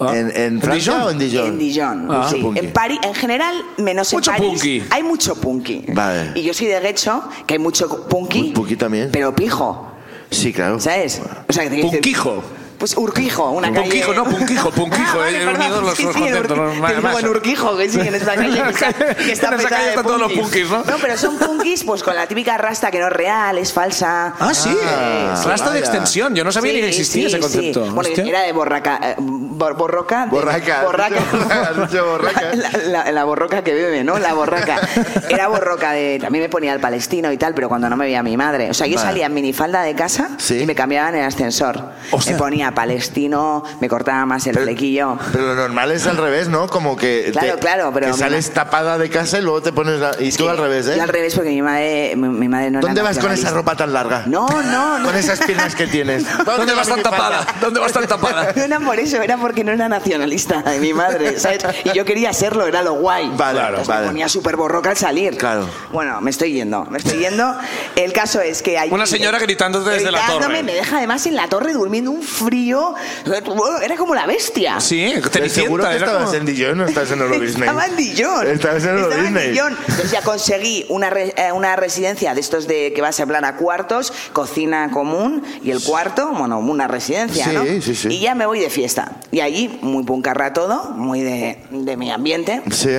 Ah. ¿En, en Francia Dijon? o en Dijon? En Dijon. Ah. sí. Mucho punky. En París, en general, menos Mucho en París. punky. Hay mucho punky. Vale. Y yo soy de Guecho, que hay mucho punky. Muy punky también. Pero pijo, Sí, claro. ¿sabes? O sea, que te dicen- Punquijo. Pues Urquijo, una calle. Punquijo, no, Punquijo, Punquijo, Ah, eh, vale, perdón, unidos los- sí, los sí, en conceptos, Urqui- los- que digo en Urquijo, que sí, en esta calle que <laughs> está, que está En esa pesada calle de están todos los punkis, ¿no? pero son punkis pues con la típica rasta que no es real, es falsa. Ah, sí. Ah, Rasta de vaya. extensión. Yo no sabía Sí, ni que existía sí, ese concepto. sí. Bueno, Hostia. era de borraca. eh, bor- borroca. de- Borraca. <laughs> <laughs> borraca. Has dicho <laughs> borraca. La, la- la borroca que bebe, ¿no? La borraca. Era borroca de. También me ponía el palestino y tal, pero cuando no me veía mi madre. O sea, yo Vale. salía en minifalda de casa Sí. y me cambiaban el ascensor. Hostia. Me ponía palestino, me cortaba más el flequillo. Pero lo normal es al revés, ¿no? Como que, Claro, claro, pero que mi sales tapada de casa y luego te pones... la- Y tú al revés, ¿eh? Yo al revés, porque mi madre, mi, mi madre no era ¿Dónde vas con esa nacionalista. ropa tan larga? No, no, no. Con esas piernas que <laughs> tienes. ¿Dónde vas tan tapada? ¿Dónde vas tan tapada? No era por eso, era porque no era nacionalista de mi madre, ¿sabes? Y yo quería serlo, era lo guay. Vale, Entonces vale. Me ponía súper borroca al salir. Claro. Bueno, me estoy yendo, me estoy yendo. El caso es que hay... Una señora gritándote desde la torre. Me deja además en la torre durmiendo un frío. Era como la bestia. Sí, Pero seguro Cenicienta. que era estabas como- en Dijon o estás en Euro Disney. <laughs> Estaba en Dillon. Estabas en Euro Estaba en Disney. Dillon. Entonces ya conseguí una, re- eh, una residencia de estos de que vas en plan a cuartos, cocina común y el cuarto, bueno, una residencia, Sí, ¿no? sí, sí. Y ya me voy de fiesta. Y allí, muy puncarra todo, muy de, de mi ambiente. Sí.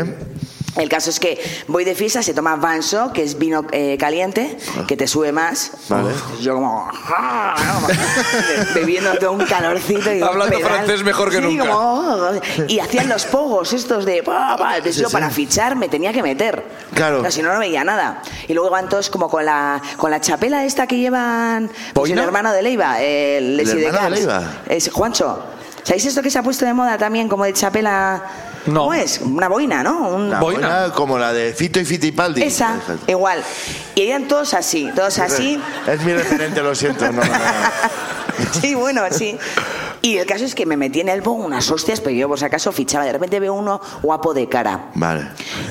El caso es que voy de fiesta, se toma Vanso, que es vino eh, caliente, que te sube más. Vale. Yo como... "Ah", ¿no? Bebiendo todo un calorcito. Y un Hablando pedal. francés mejor que Sí, nunca. como, "Oh", y hacían los pogos estos de... "Pa, pa". Entonces yo para fichar me tenía que meter. Claro. No, si no, no veía nada. Y luego van todos como con la, con la chapela esta que llevan... Pues, el ¿Boina? hermano de Leiva, el, ¿El Sidecans. hermano de Leiva? Es Juancho. ¿Sabéis esto que se ha puesto de moda también como de chapela... No. ¿Cómo es? Una boina, ¿no? Un- La Boina. buena como la de Fito y Fitipaldi. esa, igual. Y eran todos así, todos así. <laughs> Es mi referente, lo siento. No, no, no. Sí, bueno, sí. Y el caso es que me metí en el bo unas hostias, pero yo por si acaso fichaba. De repente veo uno guapo de cara. <laughs> Vale,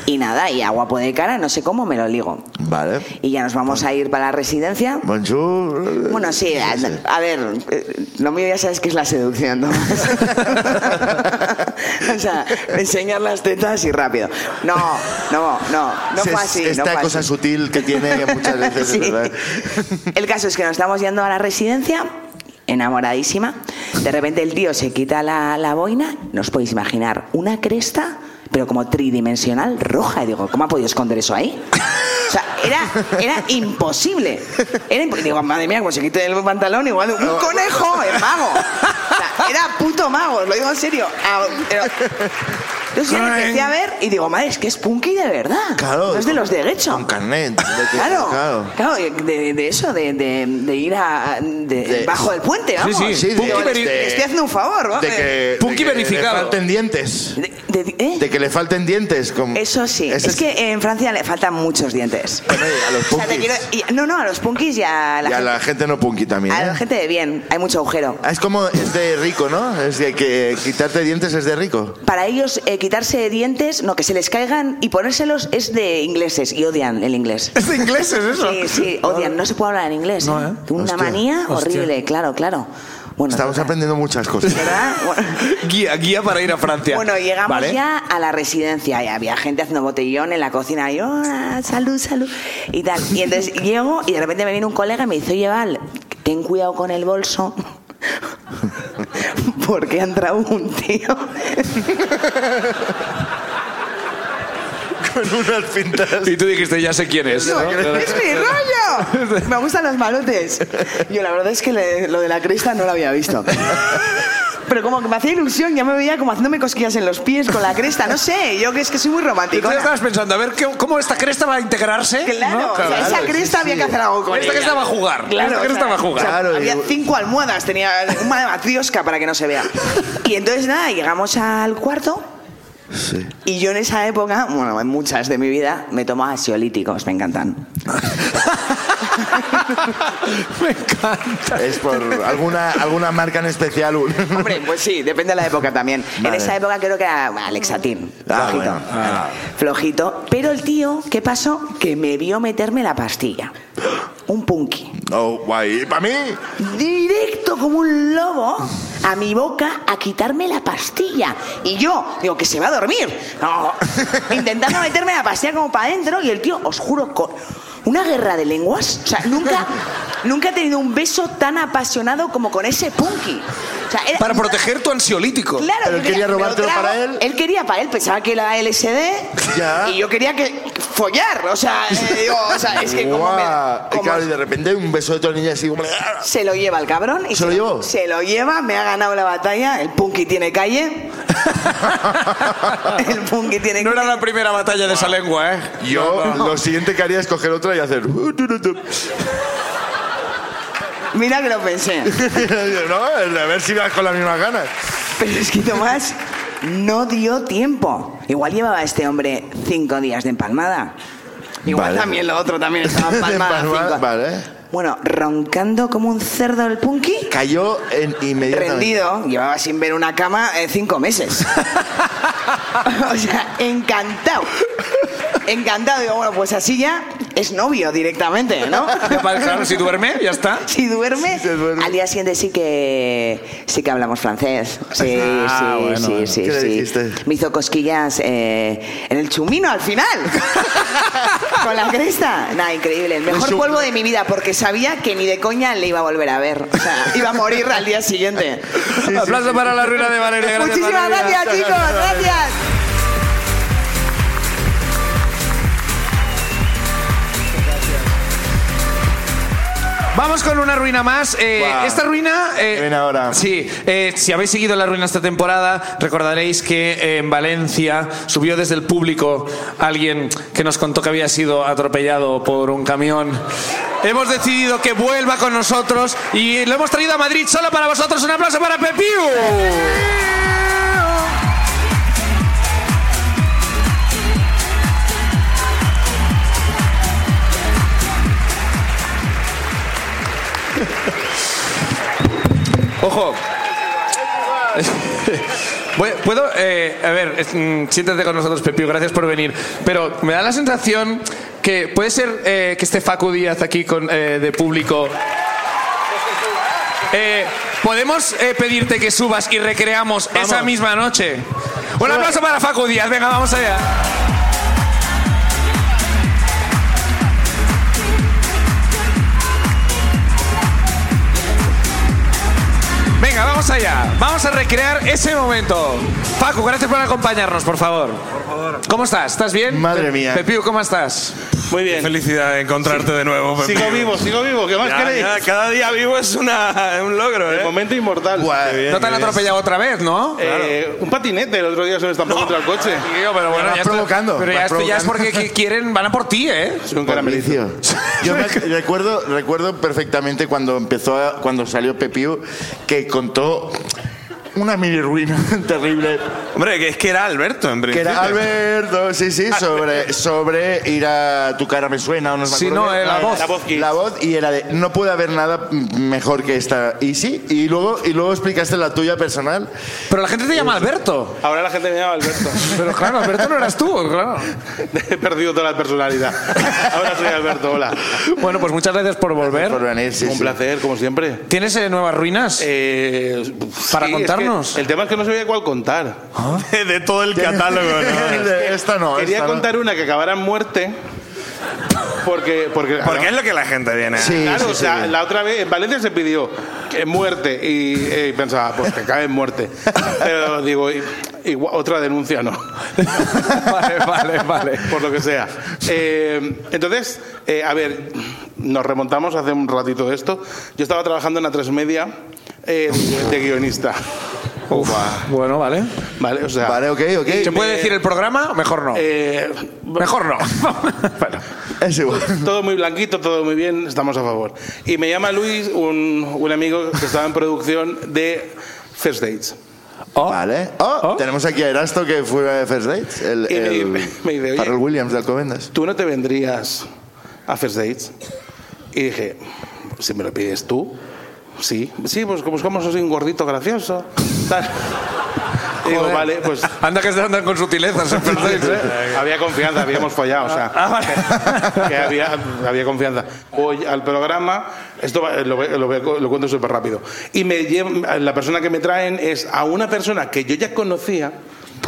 Y nada, y a guapo de cara, no sé cómo me lo ligo. vale. Y ya nos vamos a ir para la residencia. Bonjour. Bueno, sí, a, a ver, eh, lo mío ya sabes que es la seducción, ¿no? <laughs> o sea, enseñar las tetas y rápido. No, no, no, no Es- fue así. no Esta fue cosa así. sutil que tiene que muchas veces, <laughs> Sí. es verdad. El caso es que nos estamos yendo a la residencia, enamoradísima. De repente el tío se quita la, la boina, nos podéis imaginar, una cresta, pero como tridimensional, roja. Y digo, ¿cómo ha podido esconder eso ahí? O sea, era, era imposible. Era imposible. Digo, madre mía, como se quite el pantalón, igual de un conejo, es mago. O sea, era puto mago, os lo digo en serio. Ah, pero- Entonces yo le empecé a ver y digo, madre, es que es punky de verdad. Claro. No es de los de Getxo. Con carnet. de que- Claro, claro, eh, de, de eso, de, de- de ir a, de- De- bajo el puente, vamos. Sí, sí, Sí, Punky de- Digo, veri- le estoy haciendo un favor, ¿no? De que, Punky de que verificado. Le falten dientes. De- de- ¿eh? De que le falten dientes. como- Eso sí, Ese es que en Francia le faltan muchos dientes. Bueno, y a los <laughs> O sea, te punkis. quiero- y- no, no, a los punkis y a la, y a gente, la gente no punky también. a ¿eh? la gente de bien, hay mucho agujero. Ah, Es como, es de rico, ¿no? Es de que quitarte dientes es de rico. Para ellos, eh, quitarse dientes, no, que se les caigan y ponérselos es de ingleses y odian <laughs> el inglés. Es de ingleses eso. Sí, sí, odian, no se puede hablar en inglés. No, ¿eh? ¿eh? Una Hostia, manía hostia. horrible, claro, claro. Bueno, Estamos total. aprendiendo muchas <laughs> cosas. ¿Verdad? Bueno. Guía, guía para ir a Francia. Bueno, llegamos Vale. ya a la residencia y había gente haciendo botellón en la cocina. Y yo, "Ah, salud, salud. Y tal. Y <laughs> entonces llego y de repente me viene un colega y me dice, oye, Val, ten cuidado con el bolso. <laughs> Porque ha entrado un <laughs> tío. Con unas pintas. Y tú dijiste, ya sé quién es. <laughs> ¿no? ¡Es <laughs> mi rollo! Me gustan los malotes. Yo la verdad es que le- lo de la cresta no lo había visto. Pero como que me hacía ilusión, ya me veía como haciéndome cosquillas en los pies con la cresta. No sé, yo que es que soy muy Y romántico. tú estabas pensando, a ver ¿qué- cómo esta cresta va a integrarse. Claro, ¿no? o sea, esa cresta había que hacer algo con Esta ella. cresta va a jugar. Claro, esta cresta o sea, va a jugar. o sea, Claro, había y- cinco almohadas, tenía una matriosca para que no se vea. Y entonces nada, llegamos al cuarto Sí. y yo en esa época, bueno, en muchas de mi vida, me tomaba asiolíticos, me encantan. Me encanta. Es por alguna, alguna marca en especial. <laughs> un- Hombre, pues sí, depende de la época también. Vale. En esa época creo que era bueno, Alexatín, Ah, flojito. bueno. Ah. Flojito. Pero el tío, ¿qué pasó? Que me vio meterme la pastilla. Un punky. Oh, guay. ¿Para mí? directo como un lobo a mi boca a quitarme la pastilla. Y yo, digo, que se va a dormir. <laughs> No. Intentando meterme la pastilla como para adentro y el tío, os juro, con una guerra de lenguas. O sea, <laughs> nunca, nunca he tenido un beso tan apasionado como con ese punky. O sea, era- Para proteger tu ansiolítico. Claro, Pero yo él quería me lo robártelo trago. para él. Él quería para él, pensaba que era LSD. Ya. Y yo quería que follar. O sea, eh, digo, o sea, es que como, me- Guau. Y como claro, y de repente un beso de tu niña así como... se lo lleva el cabrón. Y ¿Se lo llevó? Se lo lleva, me ha ganado la batalla. El punky <laughs> tiene calle. el punky tiene No calle. era la primera batalla de esa lengua, ¿eh? Yo No, no. lo siguiente que haría es coger otra y hacer... "Uh, tu, tu, tu". <laughs> Mira que lo <laughs> pensé. no, a ver si vas con las mismas ganas. Pero es que Tomás no dio tiempo. Igual llevaba este hombre cinco días de empalmada. Igual Vale. también lo otro también <laughs> estaba De empalmada. empalmada, cinco. vale. Bueno, roncando como un cerdo el punky. Cayó en, inmediatamente. rendido, llevaba sin ver una cama eh, <laughs> cinco meses. o sea, encantado. Encantado. Digo, bueno, pues así ya es novio directamente, <laughs> ¿no? Claro, si duerme, ya está. Si duerme, Sí, se duerme. al día siguiente sí que sí que hablamos francés. <laughs> Sí, Ah, sí, bueno, sí, bueno. sí, ¿Qué le sí. dijiste? Me hizo cosquillas eh, en el chumino al final. <laughs> Con la cresta. Nada, increíble. El mejor chum- polvo de mi vida, porque sabía que ni de coña le iba a volver a ver. O sea, iba a morir al día siguiente. Aplauso para la ruina de Valeria. Gracias, Muchísimas Valeria. gracias, chicos. Gracias. Vamos con una ruina más. Eh, Guau. Esta ruina. eh, Qué bien ahora. Sí. eh, si habéis seguido la ruina esta temporada, recordaréis que eh, en Valencia subió desde el público alguien que nos contó que había sido atropellado por un camión. Hemos decidido que vuelva con nosotros y lo hemos traído a Madrid solo para vosotros. Un aplauso para Pepiu. Ojo. <laughs> Voy- Puedo, eh, a ver, es- mm, siéntate con nosotros, Pepio, gracias por venir. Pero me da la sensación que puede ser eh, que esté Facu Díaz aquí con, eh, de público. Eh, ¿Podemos eh, pedirte que subas y recreamos esa misma noche? Un aplauso para Facu Díaz, venga, vamos allá. Venga, vamos allá. Vamos a recrear ese momento. Facu, gracias por acompañarnos, por favor. Por favor. ¿Cómo estás? ¿Estás bien? Madre Pe- mía. Pepiu, ¿cómo estás? Muy bien. Felicidad de encontrarte de nuevo, Pepe. Sigo vivo, sigo vivo. ¿Qué más Ya, queréis? ya, cada día vivo es una, un logro, El ¿eh? momento inmortal. Guau. No te han atropellado otra vez, ¿no? Eh, Un patinete el otro día se me estampó contra el coche. Digo, pero bueno, vas ya esto- provocando, Pero ya vas esto ya es provocando. porque qui- quieren, van a por ti, ¿eh? Soy un caramelito. Yo me- recuerdo, recuerdo perfectamente cuando empezó, a- cuando salió Pepiu, que contó una mini ruina <laughs> terrible. Hombre, que es que era Alberto, en Que principio. era Alberto, sí, sí, sobre, sobre ir a tu cara me suena o no me Sí, acuerdo no, qué. eh, la voz. Ah, La voz Kiss. La voz y era de no puede haber nada mejor que esta. Y sí, y luego, y luego explicaste la tuya personal. Pero la gente te llama Alberto. Ahora la gente me llama <laughs> Alberto. Pero claro, Alberto no eras tú, claro. He perdido toda la personalidad. Ahora soy Alberto, hola. Bueno, pues muchas gracias por volver. Por venir, sí, un sí. placer, como siempre. ¿Tienes eh, nuevas ruinas? Eh, Para es que contarnos. el tema es que no sabía cuál contar. <laughs> De, de todo el catálogo, <laughs> ¿no? esta no. <laughs> Quería esta no. contar una que acabara en muerte. Porque. porque Porque es lo que la gente viene. Sí, Claro, sí, o sí. sea, la otra vez en Valencia se pidió que muerte y, eh, pensaba, pues que acabe <laughs> en muerte. Pero digo, i- igual- otra denuncia no, vale, vale, vale. por lo que sea. Eh, entonces, eh, a ver, nos remontamos hace un ratito de esto. Yo estaba trabajando en la tres media eh, de guionista. Ufa. Bueno, vale. Vale, o sea. Vale, ok, ok. ¿Se puede decir el programa? o Mejor no. eh, Mejor no. Es igual. todo muy blanquito, todo muy bien, estamos a favor. Y me llama Luis, un, un amigo que estaba en producción de First Dates. Oh. Vale. Oh, Oh. Tenemos aquí a Erasto que fue a First Dates. El, Y me- el, me dice, "Oye". Pharrell Williams de Alcobendas. <laughs> ¿tú no te vendrías a First Dates? Y dije, si me lo pides tú, sí. Sí, pues que buscamos así un gordito gracioso. tal. <laughs> Y digo, Joder. vale, pues Anda que se andan con sutilezas. en verdad, ¿eh? había confianza, habíamos fallado, o sea, <laughs> que, que había, había confianza. Voy al programa, esto va- lo, ve- lo ve- lo cuento súper rápido, y me lle- la persona que me traen es a una persona que yo ya conocía,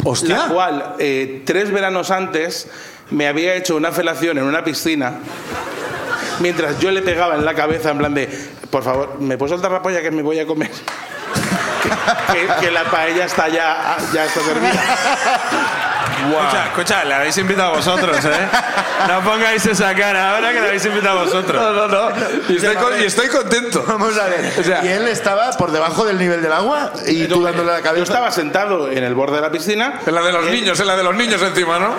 la Hostia. cual eh, tres veranos antes me había hecho una felación en una piscina mientras yo le pegaba en la cabeza en plan de, por favor, ¿me puedo soltar la polla que me voy a comer? <laughs> que, que la paella está ya, ya está servida. Escucha, escucha, la habéis invitado vosotros, ¿eh? No pongáis esa cara ahora que la habéis invitado No, vosotros. no, no. Y estoy, con- y estoy contento. Vamos a ver. O sea- y él estaba por debajo del nivel del agua y tú dándole la Yo cabeza. estaba sentado en el borde de la piscina. Eh, Es la de los niños, es la de los niños encima, ¿no?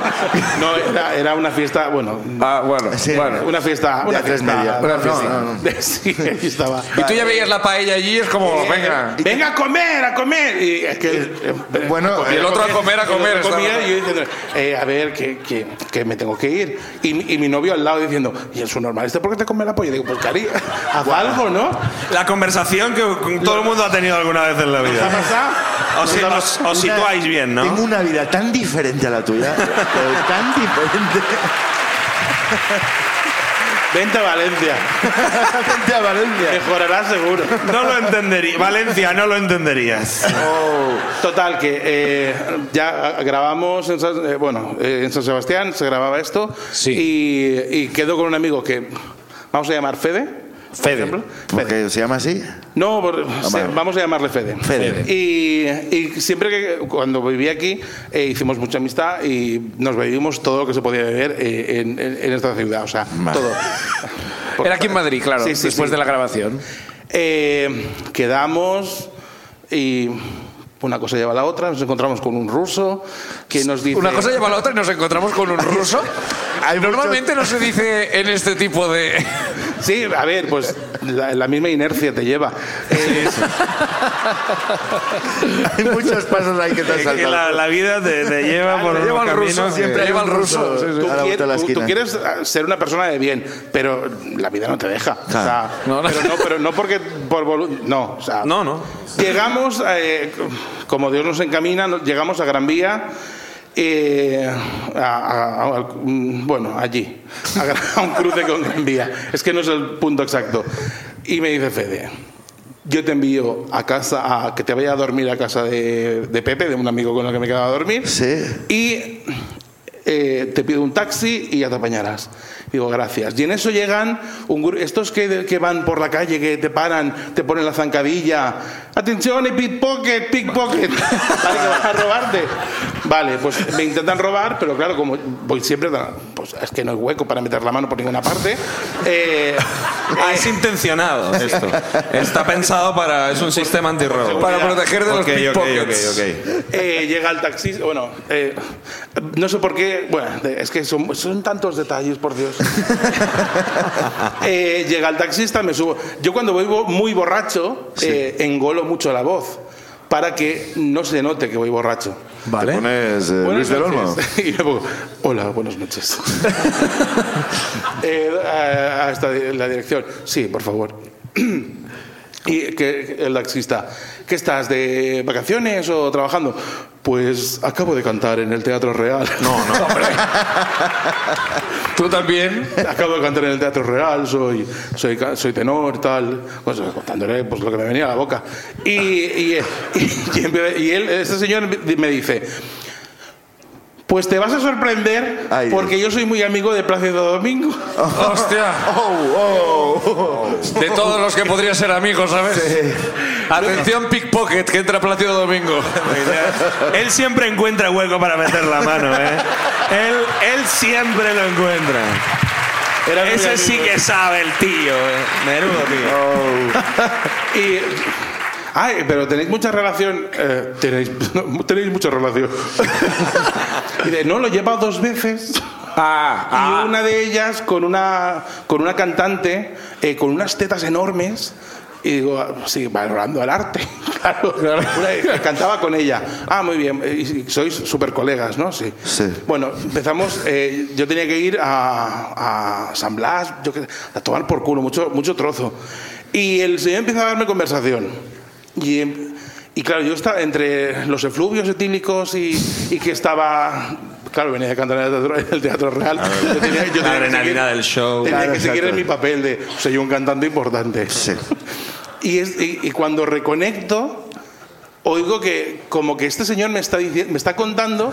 No, era, era una fiesta, bueno, Ah, bueno, Sí. bueno. una fiesta. De Una a tres fiesta- media. Una No, fiesta. no, no. <laughs> Sí, <laughs> ahí estaba. Y tú ya veías la paella allí, es como, venga. Venga a comer, a comer. Y es que, eh, Bueno, Y el otro a comer, a Y el otro comer. estaba- comía y yo diciendo, eh, a ver, que, que- que me tengo que ir. Y, mi- y mi novio al lado diciendo, ¿y es un normal este por qué te come la polla? Y digo, pues cari, <laughs> haz algo, ¿no? La conversación que todo el mundo ha tenido alguna vez en la ¿Qué ha vida. pasado? Os, os- os Una- situáis bien, Tengo ¿no? una vida tan diferente a la tuya, pero tan diferente. Vente a Valencia, Vente a Valencia. mejorarás seguro. No lo entendería. Valencia, no lo entenderías. Total, que eh, ya grabamos en San, eh, bueno, eh, en San Sebastián, se grababa esto. Sí. Y, y quedo con un amigo que vamos a llamar Fede. Fede. Porque se llama así. No, por- Ah, se- vale. vamos a llamarle Fede. Fede. Y, y siempre que cuando viví aquí eh, hicimos mucha amistad y nos bebimos todo lo que se podía beber eh, en, en- en esta ciudad, o sea, Vale. todo. Era aquí en Madrid, claro, pues Sí, sí, después sí. de la grabación. Eh, quedamos y una cosa lleva a la otra, nos encontramos con un ruso que nos dice... Una cosa lleva a la otra y nos encontramos con un ruso. Hay mucho- Normalmente no se dice en este tipo de. Sí, a ver, pues la, la misma inercia te lleva. Eh, <laughs> Hay muchos pasos ahí que te has Es que saltado. la, la vida te, te Ah, lleva por <laughs> lleva unos al ruso caminos que- siempre. Hay lleva un al ruso, ruso tú, a la quieres, vuelta de la tú- tú esquina. quieres eh, ser una persona de bien, pero la vida no te deja. O sea, No, no. Pero, no, pero no porque por volu- no, o sea, No, no. Llegamos, eh, como Dios nos encamina, no- llegamos a Gran Vía. eh, a- a- a- al- mm, bueno, allí, a, Gra- a un cruce con Gran Vía. Es que no es el punto exacto. Y me dice Fede, yo te envío a casa, a que te vaya a dormir a casa de, de Pepe, de un amigo con el que me quedaba a dormir. Sí. Y eh, te pido un taxi y ya te apañarás. Digo, gracias. Y en eso llegan un gru- estos que, que van por la calle, que te paran, te ponen la zancadilla. Atención, y pickpocket, pickpocket. Vale, que van a robarte. Vale, pues me intentan robar, pero claro, como voy siempre, tan- pues es que no hay hueco para meter la mano por ninguna parte. Eh, Ah, es <laughs> intencionado esto. Está pensado para. Es un sistema antirrobo. Para proteger de los Ok, ok, pickpockets. ok, ok, ok. Eh, llega el taxista, bueno, eh, no sé por qué, bueno, es que son, son tantos detalles, por Dios. Eh, llega el taxista, me subo. Yo cuando voy bo- muy borracho, eh, engolo mucho la voz para que no se note que voy borracho. Vale. Te pones eh, Luis Buenas del Olmo. noches. <laughs> Y le pongo, hola, <laughs> buenas noches. Eh, a- hasta la dirección. Sí, por favor. <clears throat> Y que el taxista, ¿qué estás? ¿De vacaciones o trabajando? Pues acabo de cantar en el Teatro Real. No, no, Tú también. Acabo de cantar en el Teatro Real, soy, soy, ca- soy tenor, tal. Pues contándole pues, lo que me venía a la boca. Y, y, eh, <laughs> y- y empe- y él, este señor me dice: Pues te vas a sorprender Ay, Dios. porque yo soy muy amigo de Plácido Domingo. Hostia. Oh, oh, oh. De todos los que podrían ser amigos, ¿sabes? Atención, pickpocket, que entra Plácido Domingo. <laughs> Él siempre encuentra hueco para meter la mano, ¿eh? Él, él siempre lo encuentra. Era muy Ese sí amigo. que sabe el tío, ¿eh? Menudo tío. <laughs> Y. Ay, pero tenéis mucha relación. eh, tenéis, <laughs> tenéis <laughs> mucha relación. y de, no, lo lleva dos veces. Ah, Y una de ellas con una, con una cantante eh, con unas tetas enormes. Y digo, ah, sí, valorando al arte. <laughs> Claro. Una- cantaba con ella. Ah, muy bien. eh, y- y sois súper colegas, ¿no? Sí. Sí. Bueno, empezamos. eh, yo tenía que ir a, a San Blas, yo qué sé, a tomar por culo, mucho, mucho trozo. Y el señor empieza a darme conversación. Y, em- y claro, yo estaba entre los efluvios etílicos y, y que estaba. Claro, venía de cantar en el teatro, en el Teatro real. Yo tenía- yo tenía La que adrenalina seguir- del show. Tenía Claro, que seguir en exacto. mi papel de soy un cantante importante. Sí. <laughs> Y, es- y- y cuando reconecto, oigo que como que este señor me está, dici- me está contando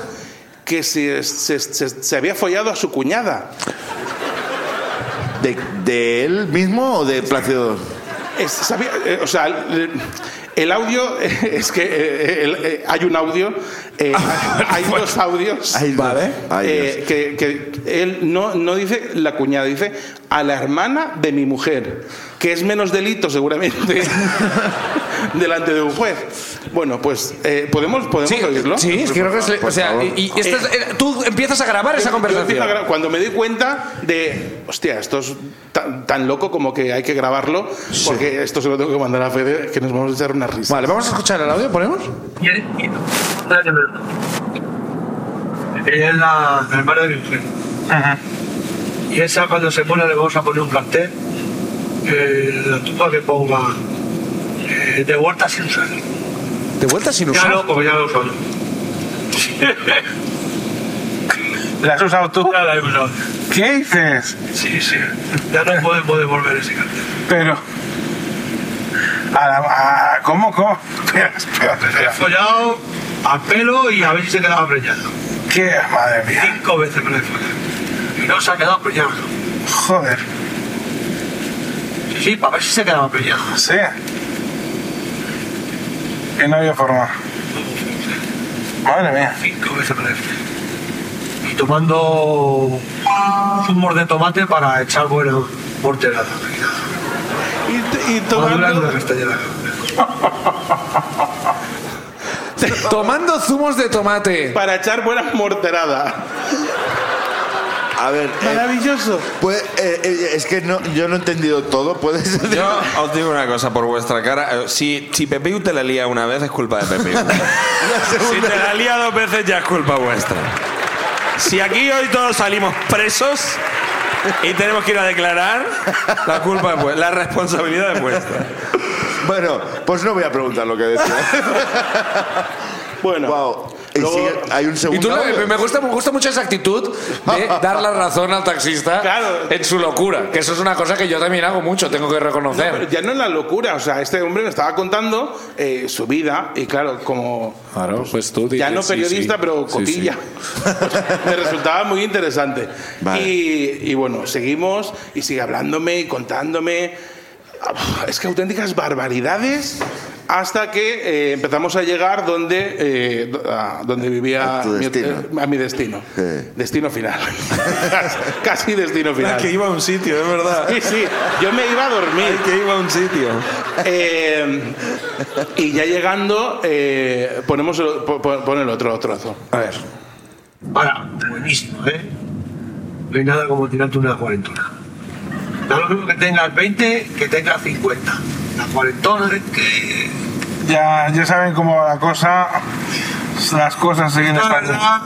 que se, se- se- se había follado a su cuñada. ¿De, de él mismo o de Plácido? Es- sabía- eh, o sea, el, el audio, <laughs> eh, es que eh, el- eh, hay un audio, <laughs> eh, hay dos audios. Ay, Dios. Ay, Dios. eh, que, que él no, no dice la cuñada, dice a la hermana de mi mujer, que es menos delito seguramente <laughs> delante de un juez. Bueno, pues eh, podemos, podemos oírlo. sí, es que creo que es- O sea, y, y esto es- eh, tú empiezas a grabar esa Yo- yo empiezo a conversación. gra- cuando me doy cuenta de, hostia, esto es tan, tan loco como que hay que grabarlo, porque esto se lo tengo que mandar a Fede, que nos vamos a echar una risa. Vale, vamos a escuchar el audio, ¿ponemos? Ella es la, la hermana de mi mujer. Y esa cuando se muera le vamos a poner un plantel, eh, la tumba que ponga eh, de vuelta sin usar. De vuelta sin Ya usar. no, porque ya lo uso yo. ¿La has usado tú? Ya la he usado. ¿Qué dices? Sí, sí. Ya no podemos devolver ese cartel. Pero. A la- a- ¿Cómo, cómo? Espera, espera, He espera. follado a pelo y a ver si se quedaba preñado. ¿Qué? Madre mía. Cinco veces me lo he follado. Y no se ha quedado preñado. Joder. Sí, sí, para ver si se quedaba preñado. Sí. Que no había forma. Madre mía. Cinco veces me lo he follado. Y tomando zumos de tomate para echar buena morterada. Y, t- y Madurando tomando, la castellana. Tomando zumos de tomate. para echar buena morterada. A ver. Maravilloso. Pues, eh, eh, es que no, yo no he entendido todo. ¿Puedes <laughs> Yo os digo una cosa por vuestra cara. eh, Si, si Pepiu te la lía una vez, es culpa de Pepiu. <laughs> si te la lía dos veces, ya es culpa vuestra. Si aquí hoy todos salimos presos y tenemos que ir a declarar, la culpa es vuestra. La responsabilidad es vuestra. Bueno, pues no voy a preguntar lo que decía. Bueno. Wow. Y sigue- hay un Y segundo. tú lo- audio. me, gusta, me gusta mucho esa actitud <laughs> de dar la razón al taxista Claro. en su locura. Que eso es una cosa que yo también hago mucho, tengo que reconocer. Pero ya no es la locura, o sea, este hombre me estaba contando eh, su vida y claro, como Claro, pues tú ya dices, no sí, periodista, sí. Sí, pero sí. cotilla, me resultaba muy interesante. Vale. Y, y bueno, seguimos y sigue hablándome y contándome, Ah, es que auténticas barbaridades. Hasta que eh, empezamos a llegar donde, eh, do- a donde vivía A tu mi- destino. eh, a mi destino. Sí. Destino final. <laughs> Casi destino final. Ah, que iba a un sitio, es verdad. Sí, sí, yo me iba a dormir. que iba a un sitio. Eh, y ya llegando, eh, ponemos el, po- po- pon el otro trozo. A ver. Ahora, buenísimo, ¿eh? No hay nada como tirarte una cuarentona. Da lo mismo que tengas 20 que tengas 50. La cuarentona es que. Ya, ya saben cómo va la cosa. Las cosas siguen La estando. verdad,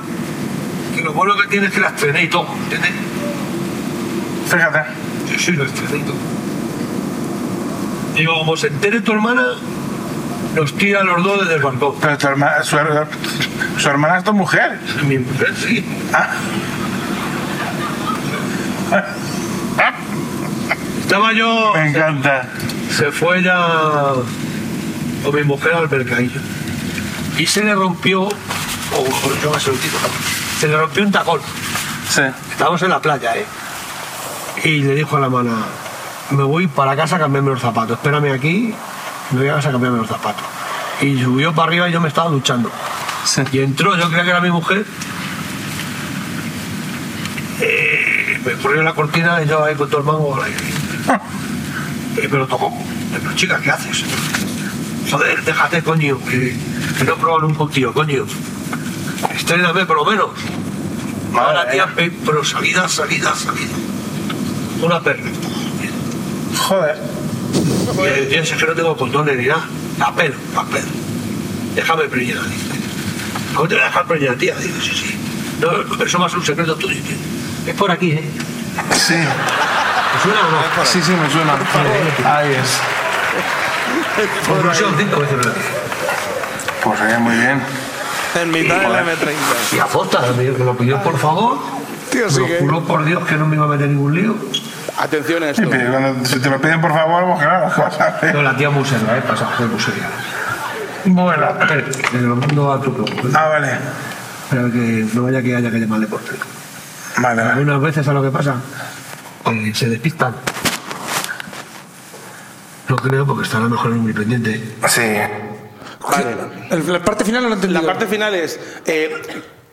que lo bueno que tienes es que las estrené y todo, ¿entiendes? Fíjate. Yo sí lo estrené y todo. Digo, como se entere tu hermana, nos tira a los dos desde el balcón. <laughs> Pero tu herma- su, her- su hermana es tu mujer. Mi mujer, sí. Ah. Estaba yo. Me encanta. se fue ya con mi mujer al mercadillo y se le rompió o o- yo me sé el título, se le rompió un tacón Sí. estábamos en la playa eh y le dijo a la mano me voy para casa a cambiarme los zapatos espérame aquí me voy a casa a cambiarme los zapatos y subió para arriba y yo me estaba duchando Sí. y entró yo creía que era mi mujer Eh, me corrió la cortina y yo ahí con todo el mango al aire. Eh, pero tocó. Pero chica, ¿qué haces? Joder, déjate, coño. Que, que no he probado nunca un tío, coño. Estréname por lo menos. Ahora, tía, pe- pero salida, salida, salida. Una perla. Joder. Y el tío dice que no tengo condones ni nada. Papel, papel. Déjame preñar, dice. ¿Cómo te voy a dejar preñar, tía? Digo, sí, sí. No, no, eso va a ser un secreto tuyo, tío. Es por aquí, ¿eh? Sí. ¿Te suena o no? Sí, sí, me suena. Ahí es. Conclusión, cinco veces ¿verdad? Pues eh, muy bien. En mitad de la M30. Y a Fosta, me dijo que lo pidió por favor. Tío, Me lo juró por Dios que no me iba a meter ningún lío. Atención a Sí, esto. pero cuando se te lo piden por favor, <laughs> pues claro, vas a ver. No, la tía muy seria, ¿eh? Pasa, fue muy seria. Bueno. Espera, que lo mando a tu club. ¿eh? Ah, vale. Espera que no vaya que haya que llamarle por teléfono. Vale, vale. Algunas veces a lo que pasa, eh, se despistan. No creo porque está a lo mejor en un pendiente. Sí. El- La parte final no la he La entendido. parte final es eh,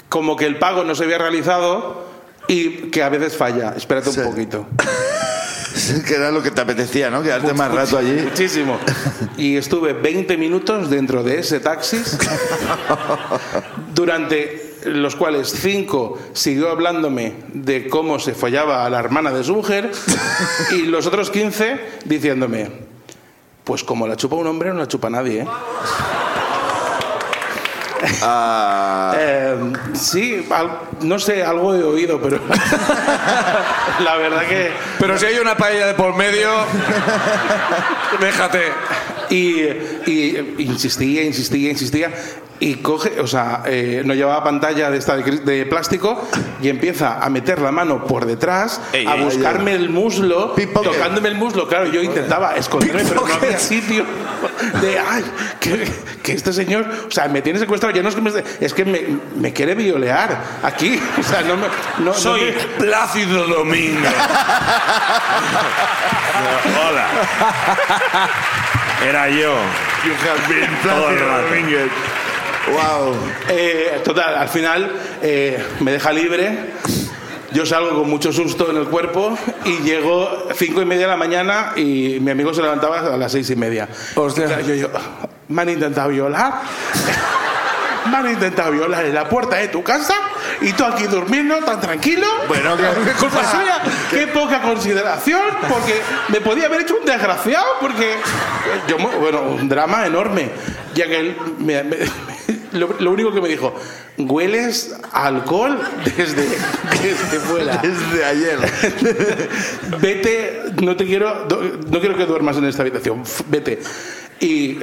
como que el pago no se había realizado y que a veces falla. Espérate un Sí. poquito. <laughs> Que era lo que te apetecía, ¿no? Quedarte más rato allí. Muchísimo. Y estuve 20 minutos dentro de ese taxi, durante los cuales 5 siguió hablándome de cómo se follaba a la hermana de su mujer y los otros 15 diciéndome, pues como la chupa un hombre, no la chupa nadie. ¿eh?". Ah, Eh, sí, al- no sé, algo he oído, pero <laughs> la verdad que... Pero si hay una paella de por medio, déjate. Y, y insistía, insistía, insistía. Y coge, o sea, eh, no llevaba pantalla de esta de, cri- de plástico y empieza a meter la mano por detrás, Ey, a ey, buscarme el muslo, Pickpocket. tocándome el muslo. Claro, yo intentaba esconderme, pero no había sitio. De, ay, que, que este señor, o sea, me tiene secuestrado. Ya no es que me, es que me, me quiere violar aquí. O sea, no me. no- no Soy me- Plácido <laughs> Domingo. Hola. Era yo. you have been Todo el Plácido rato. Domínguez. <laughs> Wow. Eh, total, al final eh, me deja libre. Yo salgo con mucho susto en el cuerpo y llego cinco y media de la mañana y mi amigo se levantaba a las seis y media. Hostia. Claro, yo, yo, me han intentado violar. me han intentado violar en la puerta de tu casa y tú aquí durmiendo tan tranquilo. Bueno, que- culpa suya. Qué poca consideración, porque me podía haber hecho un desgraciado, porque yo, mu- bueno, un drama enorme, ya que él me- me- <laughs> lo, lo único que me dijo, hueles a alcohol desde, desde fuera. <laughs> Desde ayer. vete, no te quiero, do- no quiero que duermas en esta habitación, F- vete. Y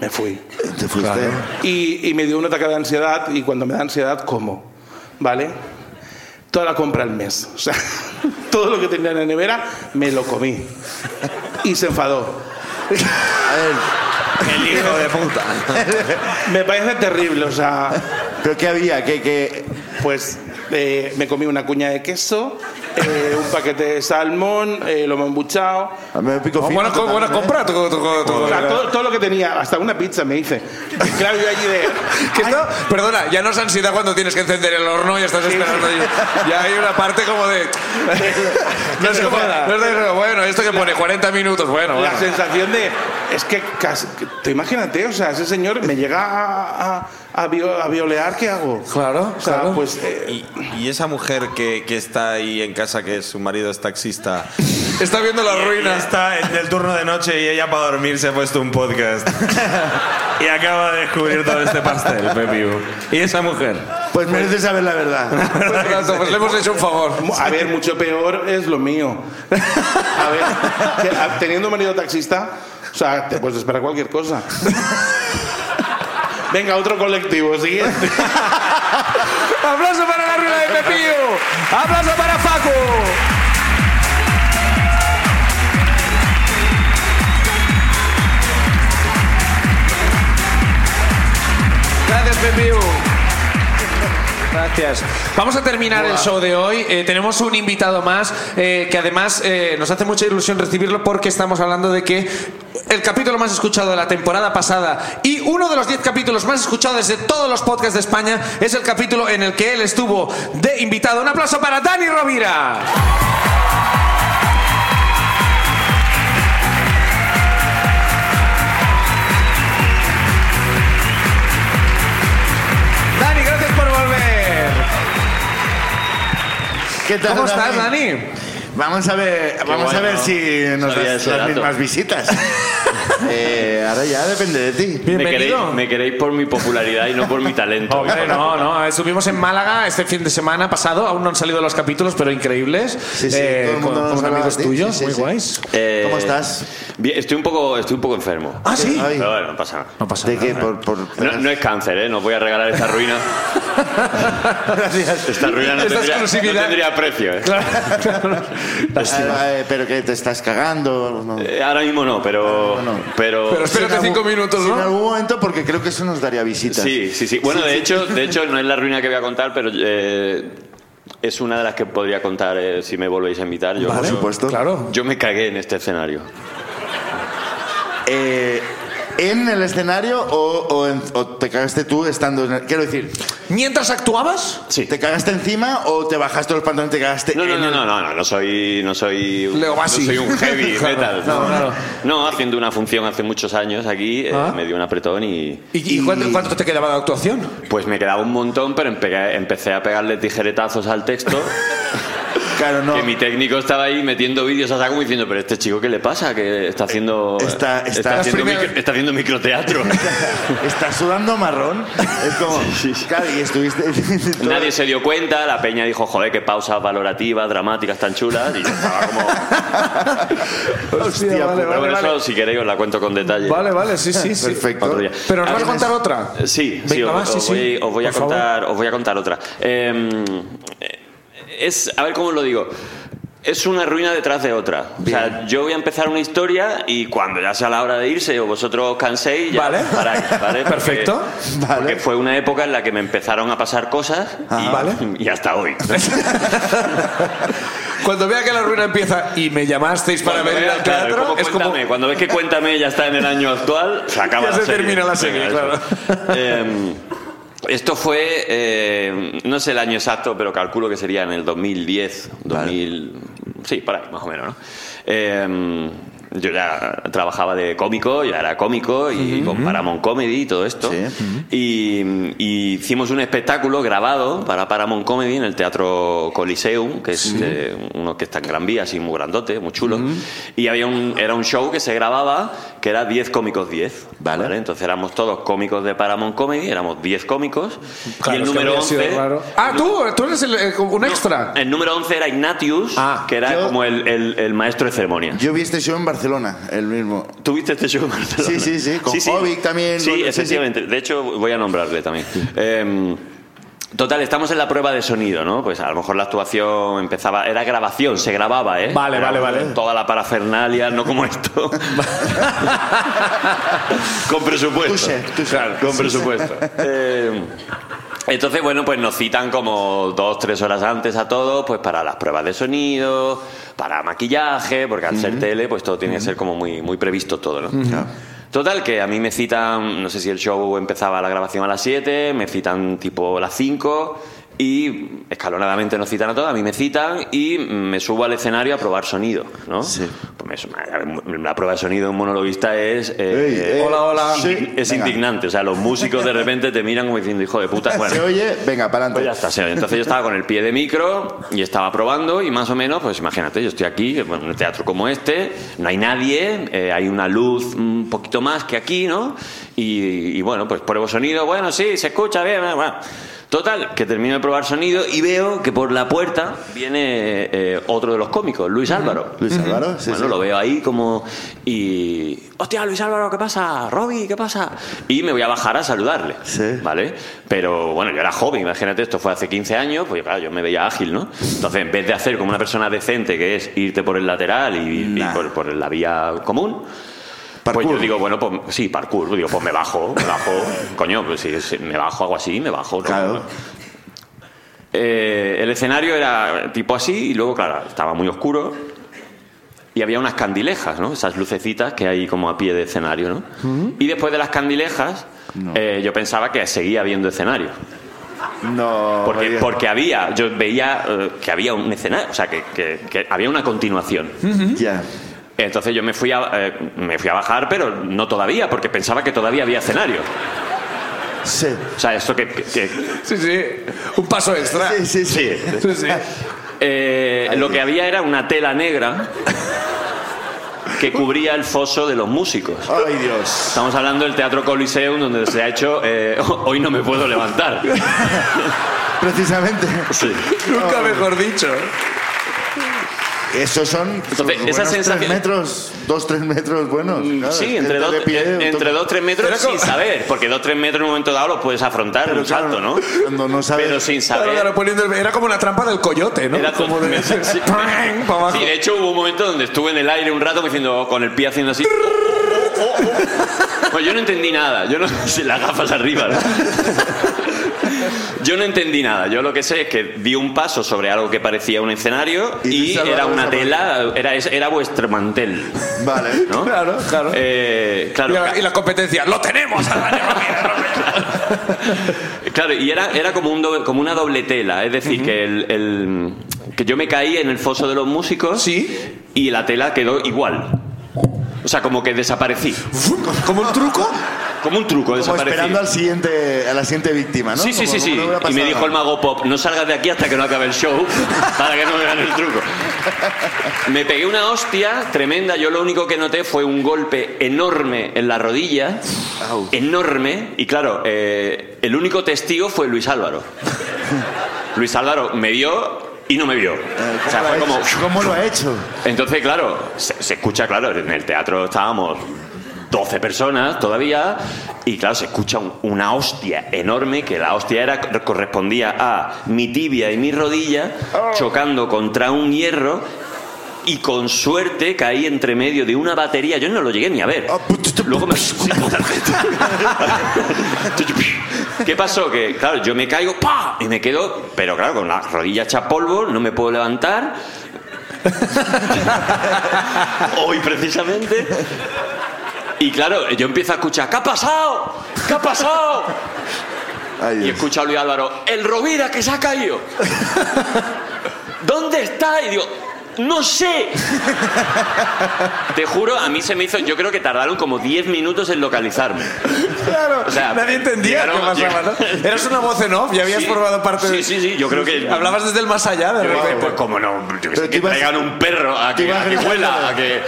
me fui. ¿Te fuiste? Y, y me dio un ataque de ansiedad y cuando me da ansiedad, como, ¿Vale? Toda la compra al mes. O sea, <laughs> todo lo que tenía en la nevera me lo comí. Y se enfadó. A ver, El hijo de puta. <laughs> Me parece terrible, o sea, ¿pero qué había? ¿Qué, qué? pues eh, me comí una cuña de queso, eh, un paquete de salmón, eh, lo embuchado, A mí me pico fino Oh, Bueno, co- bueno, totalmente. compra tu- tu- tu- tu- o sea, todo, todo lo que tenía, hasta una pizza me hice. Claro, yo allí de... Que esto- perdona, ya no es ansiedad cuando tienes que encender el horno y estás esperando. y- Ya hay una parte como de. No es se como- joda. no es de- bueno, esto que pone 40 minutos, bueno, bueno. La sensación de. Es que casi. Te imagínate, o sea, ese señor me llega a, a, a vio- a violear, ¿qué hago? Claro, O sea, claro. pues. eh, Y, y esa mujer que, que está ahí en casa, que su marido es taxista, Está viendo la Ella ruina. está en el turno de noche y ella para dormir se ha puesto un podcast. y acaba de descubrir todo este pastel, Pepiu. Y esa mujer. Pues mereces saber <laughs> la verdad. Exacto, pues le hemos hecho un favor. mu- <laughs> a ver, mucho peor es lo mío. A ver, que, a- teniendo marido taxista, o sea, te puedes esperar cualquier cosa. <laughs> Venga, otro colectivo, siguiente. ¡Aplauso para la ruina de Pepillo! ¡Aplauso para Facu! Gracias, Pepillo. Gracias. Vamos a terminar el show de hoy. Eh, tenemos un invitado más eh, que además eh, nos hace mucha ilusión recibirlo porque estamos hablando de que el capítulo más escuchado de la temporada pasada y uno de los 10 capítulos más escuchados de todos los podcasts de España es el capítulo en el que él estuvo de invitado. Un aplauso para Dani Rovira. Dani, gracias por volver. ¿Qué tal, ¿Cómo estás, Dani? Vamos a ver, vamos a guay, ver ¿no? si nos Sabía das ese las dato. mismas visitas. <laughs> Eh, ahora ya depende de ti. Me queréis, Bienvenido. me queréis por mi popularidad y no por mi talento. Hombre, no, no. Estuvimos en Málaga este fin de semana pasado. Aún no han salido los capítulos, pero increíbles. Eh, Sí, sí, todo el mundo con, nos con hablaba amigos de ti, tuyos, sí, sí, muy sí. guays. Eh, ¿Cómo estás? Bien, estoy un poco, estoy un poco enfermo. Ah, sí. <laughs> Ay, Pero bueno, no pasa nada. No pasa ¿De nada. qué? Por, por- No, no es cáncer, ¿eh? No voy a regalar esta ruina. Gracias. Esta ruina no, Esta tendría, no exclusividad. tendría precio, ¿eh? Ah, eh, pero que te estás cagando. no. Eh, Ahora mismo no, pero. Ahora mismo no. Pero. Pero espérate En algún- cinco minutos, sí, En ¿no? algún momento, porque creo que eso nos daría visitas. Sí, sí, sí. Bueno, de hecho, de hecho no es la ruina que voy a contar, pero eh, es una de las que podría contar eh, si me volvéis a invitar. Yo, Por yo- supuesto. Claro. yo me cagué en este escenario. Eh, ¿En el escenario o, o en- o te cagaste tú estando en el- Quiero decir, Mientras actuabas, Sí. ¿te cagaste encima o te bajaste los pantalones y te cagaste No, en no, no, el- no, no, no, no soy, no soy, un- Leo no Bassi. soy un heavy Claro, metal. claro, no, claro. No, haciendo una función hace muchos años aquí, eh, Ah. me dio un apretón y ¿y, y cuánto, cuánto te quedaba de actuación? pues me quedaba un montón, pero empe- empecé a pegarle tijeretazos al texto. Claro, no. Que mi técnico estaba ahí metiendo vídeos a saco diciendo, pero este chico, ¿qué le pasa? Que está haciendo. Está- está- las haciendo, primeras- micro- está haciendo microteatro. <laughs> ¿Estás sudando marrón? Es como. Claro, y estuviste. <laughs> todo- Nadie se dio cuenta, la peña dijo, joder, qué pausas valorativas, dramáticas tan chulas. Y yo estaba como. vale, Hostia, puta. Pero vale, bueno, vale. eso, si queréis, os la cuento con detalle. Vale, vale, sí, sí, sí. Perfecto. Otro día. Pero nos vas a Ahora contar es- otra. eh, Sí, sí, Venga, os, va, os sí, sí. voy, os voy a Por favor. contar, os voy a contar otra. Eh, es, a ver cómo lo digo. Es una ruina detrás de otra. O sea, yo voy a empezar una historia y cuando ya sea la hora de irse o vosotros os canséis, ya Vale. paráis, <laughs> ¿vale? Porque- Perfecto. Porque, Vale. fue una época en la que me empezaron a pasar cosas y, Ah, Vale. <laughs> y <laughs> hasta hoy. Cuando vea que la ruina empieza y me llamasteis para Cuando venir veas, al claro, teatro, como es como. Cuéntame, Cuando ves que Cuéntame ya está en el año actual, se acaba Ya la se serie. termina la serie, Venga, eso. claro. Eh, esto fue, eh, no sé el año exacto, pero calculo que sería en el 2010, 2000, sí, por ahí, más o menos, ¿no? Eh, yo ya trabajaba de cómico, ya era cómico y con Paramount Comedy y todo esto. Y- y, hicimos un espectáculo grabado para Paramount Comedy en el Teatro Coliseum, que es eh, uno que está en Gran Vía, así muy grandote, muy chulo. Y había un, era un show que se grababa que era 10 cómicos 10. Vale. Entonces éramos todos cómicos de Paramount Comedy, éramos 10 cómicos. y el número 11 Ah, tú, tú eres el, eh, un extra. el número 11 era Ignatius, que era yo- como el, el- el maestro de ceremonia. Yo vi este show en Barcelona, el mismo. ¿Tuviste este show <laughs> en Barcelona? Sí, sí, sí, con Jovic también, Sí, con- sí, sí. efectivamente. De hecho, voy a nombrarle también. Em, Total, estamos en la prueba de sonido, ¿no? Pues a lo mejor la actuación empezaba, era grabación, se grababa, ¿eh? Vale, Era vale, vale. Toda la parafernalia, no <laughs> como esto. <laughs> con presupuesto. Claro, con presupuesto. Eh, entonces, bueno, pues nos citan como dos, tres horas antes a todos, pues para las pruebas de sonido, para maquillaje, porque al ser tele, pues todo tiene que ser como muy, muy previsto todo, ¿no? Total, que a mí me citan, no sé si el show empezaba la grabación a las 7, me citan tipo a las 5 y escalonadamente nos citan a todos, a mí me citan y me subo al escenario a probar sonido, ¿no? Pues me su- la prueba de sonido de un monologuista es... eh, Ey, eh, sí, Es venga. indignante, o sea, los músicos de repente te miran como diciendo, hijo de puta, bueno. Se oye, venga, para Pues adelante. ya está, se oye. Entonces yo estaba con el pie de micro y estaba probando y más o menos, pues imagínate, yo estoy aquí, bueno, en un teatro como este, no hay nadie, eh, hay una luz un poquito más que aquí, ¿no? Y, y bueno, pues pruebo sonido, bueno, sí, se escucha bien, eh, bueno. Total, que termino de probar sonido y veo que por la puerta viene eh, otro de los cómicos, Luis Álvaro. Luis Álvaro, sí, bueno, sí. lo veo ahí como. Y. ¡Hostia, Luis Álvaro, ¿qué pasa? Robbie, ¿qué pasa? Y me voy a bajar a saludarle. Sí. ¿Vale? Pero bueno, yo era joven, imagínate, esto fue hace 15 años, pues claro, yo me veía ágil, ¿no? Entonces, en vez de hacer como una persona decente, que es irte por el lateral y, y Nah. por, por la vía común. Parkour. Pues yo digo, bueno, pues sí, parkour. Digo, pues me bajo, me bajo. <laughs> Coño, pues si si me bajo, hago así, me bajo. ¿no? Claro. Eh, el escenario era tipo así y luego, claro, estaba muy oscuro y había unas candilejas, ¿no? Esas lucecitas que hay como a pie de escenario, ¿no? Y después de las candilejas, eh, yo pensaba que seguía habiendo escenario. No. Porque, María. porque había, yo veía eh, que había un escenario, o sea, que, que- que había una continuación. Ya. Entonces yo me fui, a, eh, me fui a bajar, pero no todavía, porque pensaba que todavía había escenario. Sí. O sea, esto que- que- Sí, sí. Un paso extra. Sí, sí, sí. Sí, sí. Eh, lo que había era una tela negra que cubría el foso de los músicos. Ay, Dios. Estamos hablando del Teatro Coliseum, donde se ha hecho eh, <laughs> Hoy no me puedo levantar. Precisamente. Sí. Nunca mejor dicho. Esos son. Entonces, buenos esa sensación- Mm, Tres metros, dos, tres metros buenos. claro. Sí, Gente entre dos, de pie, eh, un entre toque. dos tres metros Era como- sin saber, porque dos tres metros en un momento dado los puedes afrontar en un claro, salto, ¿no? cuando no sabes- Pero sin Claro, saber. claro, poniendo el- era como la trampa del coyote, ¿no? Era como todo- de... sí. ¡Pam! pa' abajo. Sí, de hecho hubo un momento donde estuve en el aire un rato diciendo con el pie haciendo así. Pues yo no entendí nada. Yo no sé las gafas arriba. ¿no? Yo no entendí nada. Yo lo que sé es que di un paso sobre algo que parecía un escenario Y y, Luis Álvaro era una desapareció. tela, era, es- era vuestro mantel, Vale. ¿no? Claro, claro. Eh, Y claro. la, y la competencia, ¡lo tenemos! Álvaro! <laughs> Claro, y era, era como, un doble- como una doble tela, es decir, que, el, el- que yo me caí en el foso de los músicos Sí. y la tela quedó igual. O sea, como que desaparecí. ¿Como un truco? Como un truco, Como desaparecí. esperando al siguiente, a la siguiente víctima, ¿no? Sí, sí, Como- como sí, sí. no hubiera y me pasado dijo el nada. mago pop, no salgas de aquí hasta que no acabe el show, <laughs> para que no me gane el truco. Me pegué una hostia tremenda, yo lo único que noté fue un golpe enorme en la rodilla, Au. enorme, y claro, eh, el único testigo fue Luis Álvaro. <laughs> Luis Álvaro me vio y no me vio. Eh, O sea, ¿cómo lo fue ha como... hecho? ¿Cómo lo ha hecho? Entonces, claro, se, se escucha, claro, en el teatro estábamos 12 personas todavía y claro, se escucha un- una hostia enorme que la hostia era correspondía a mi tibia y mi rodilla chocando contra un hierro y con suerte caí entre medio de una batería. Yo no lo llegué ni a ver. Ah, put- Luego me... <laughs> ¿Qué pasó? Que, claro, yo me caigo ¡pa! y me quedo, pero claro, con la rodilla hecha polvo, no me puedo levantar. Hoy precisamente. Y claro, yo empiezo a escuchar, ¿qué ha pasado? ¿Qué ha pasado? Ay, Y Dios. escucho a Luis Álvaro, el Rovira que se ha caído. ¿Dónde está? Y digo, ¡No sé! Te juro, a mí se me hizo. Yo creo que tardaron como 10 minutos en localizarme. Claro, nadie entendía llegaron- qué pasaba, ¿no? Eras una voz en off y habías Sí. formado parte de. Sí, sí, sí, yo creo que- Hablabas desde el más allá, de Yo repente. dije, pues como no, yo que, sé, tú que ibas- traigan un perro a tú que, ibas a que gritando. huela, a que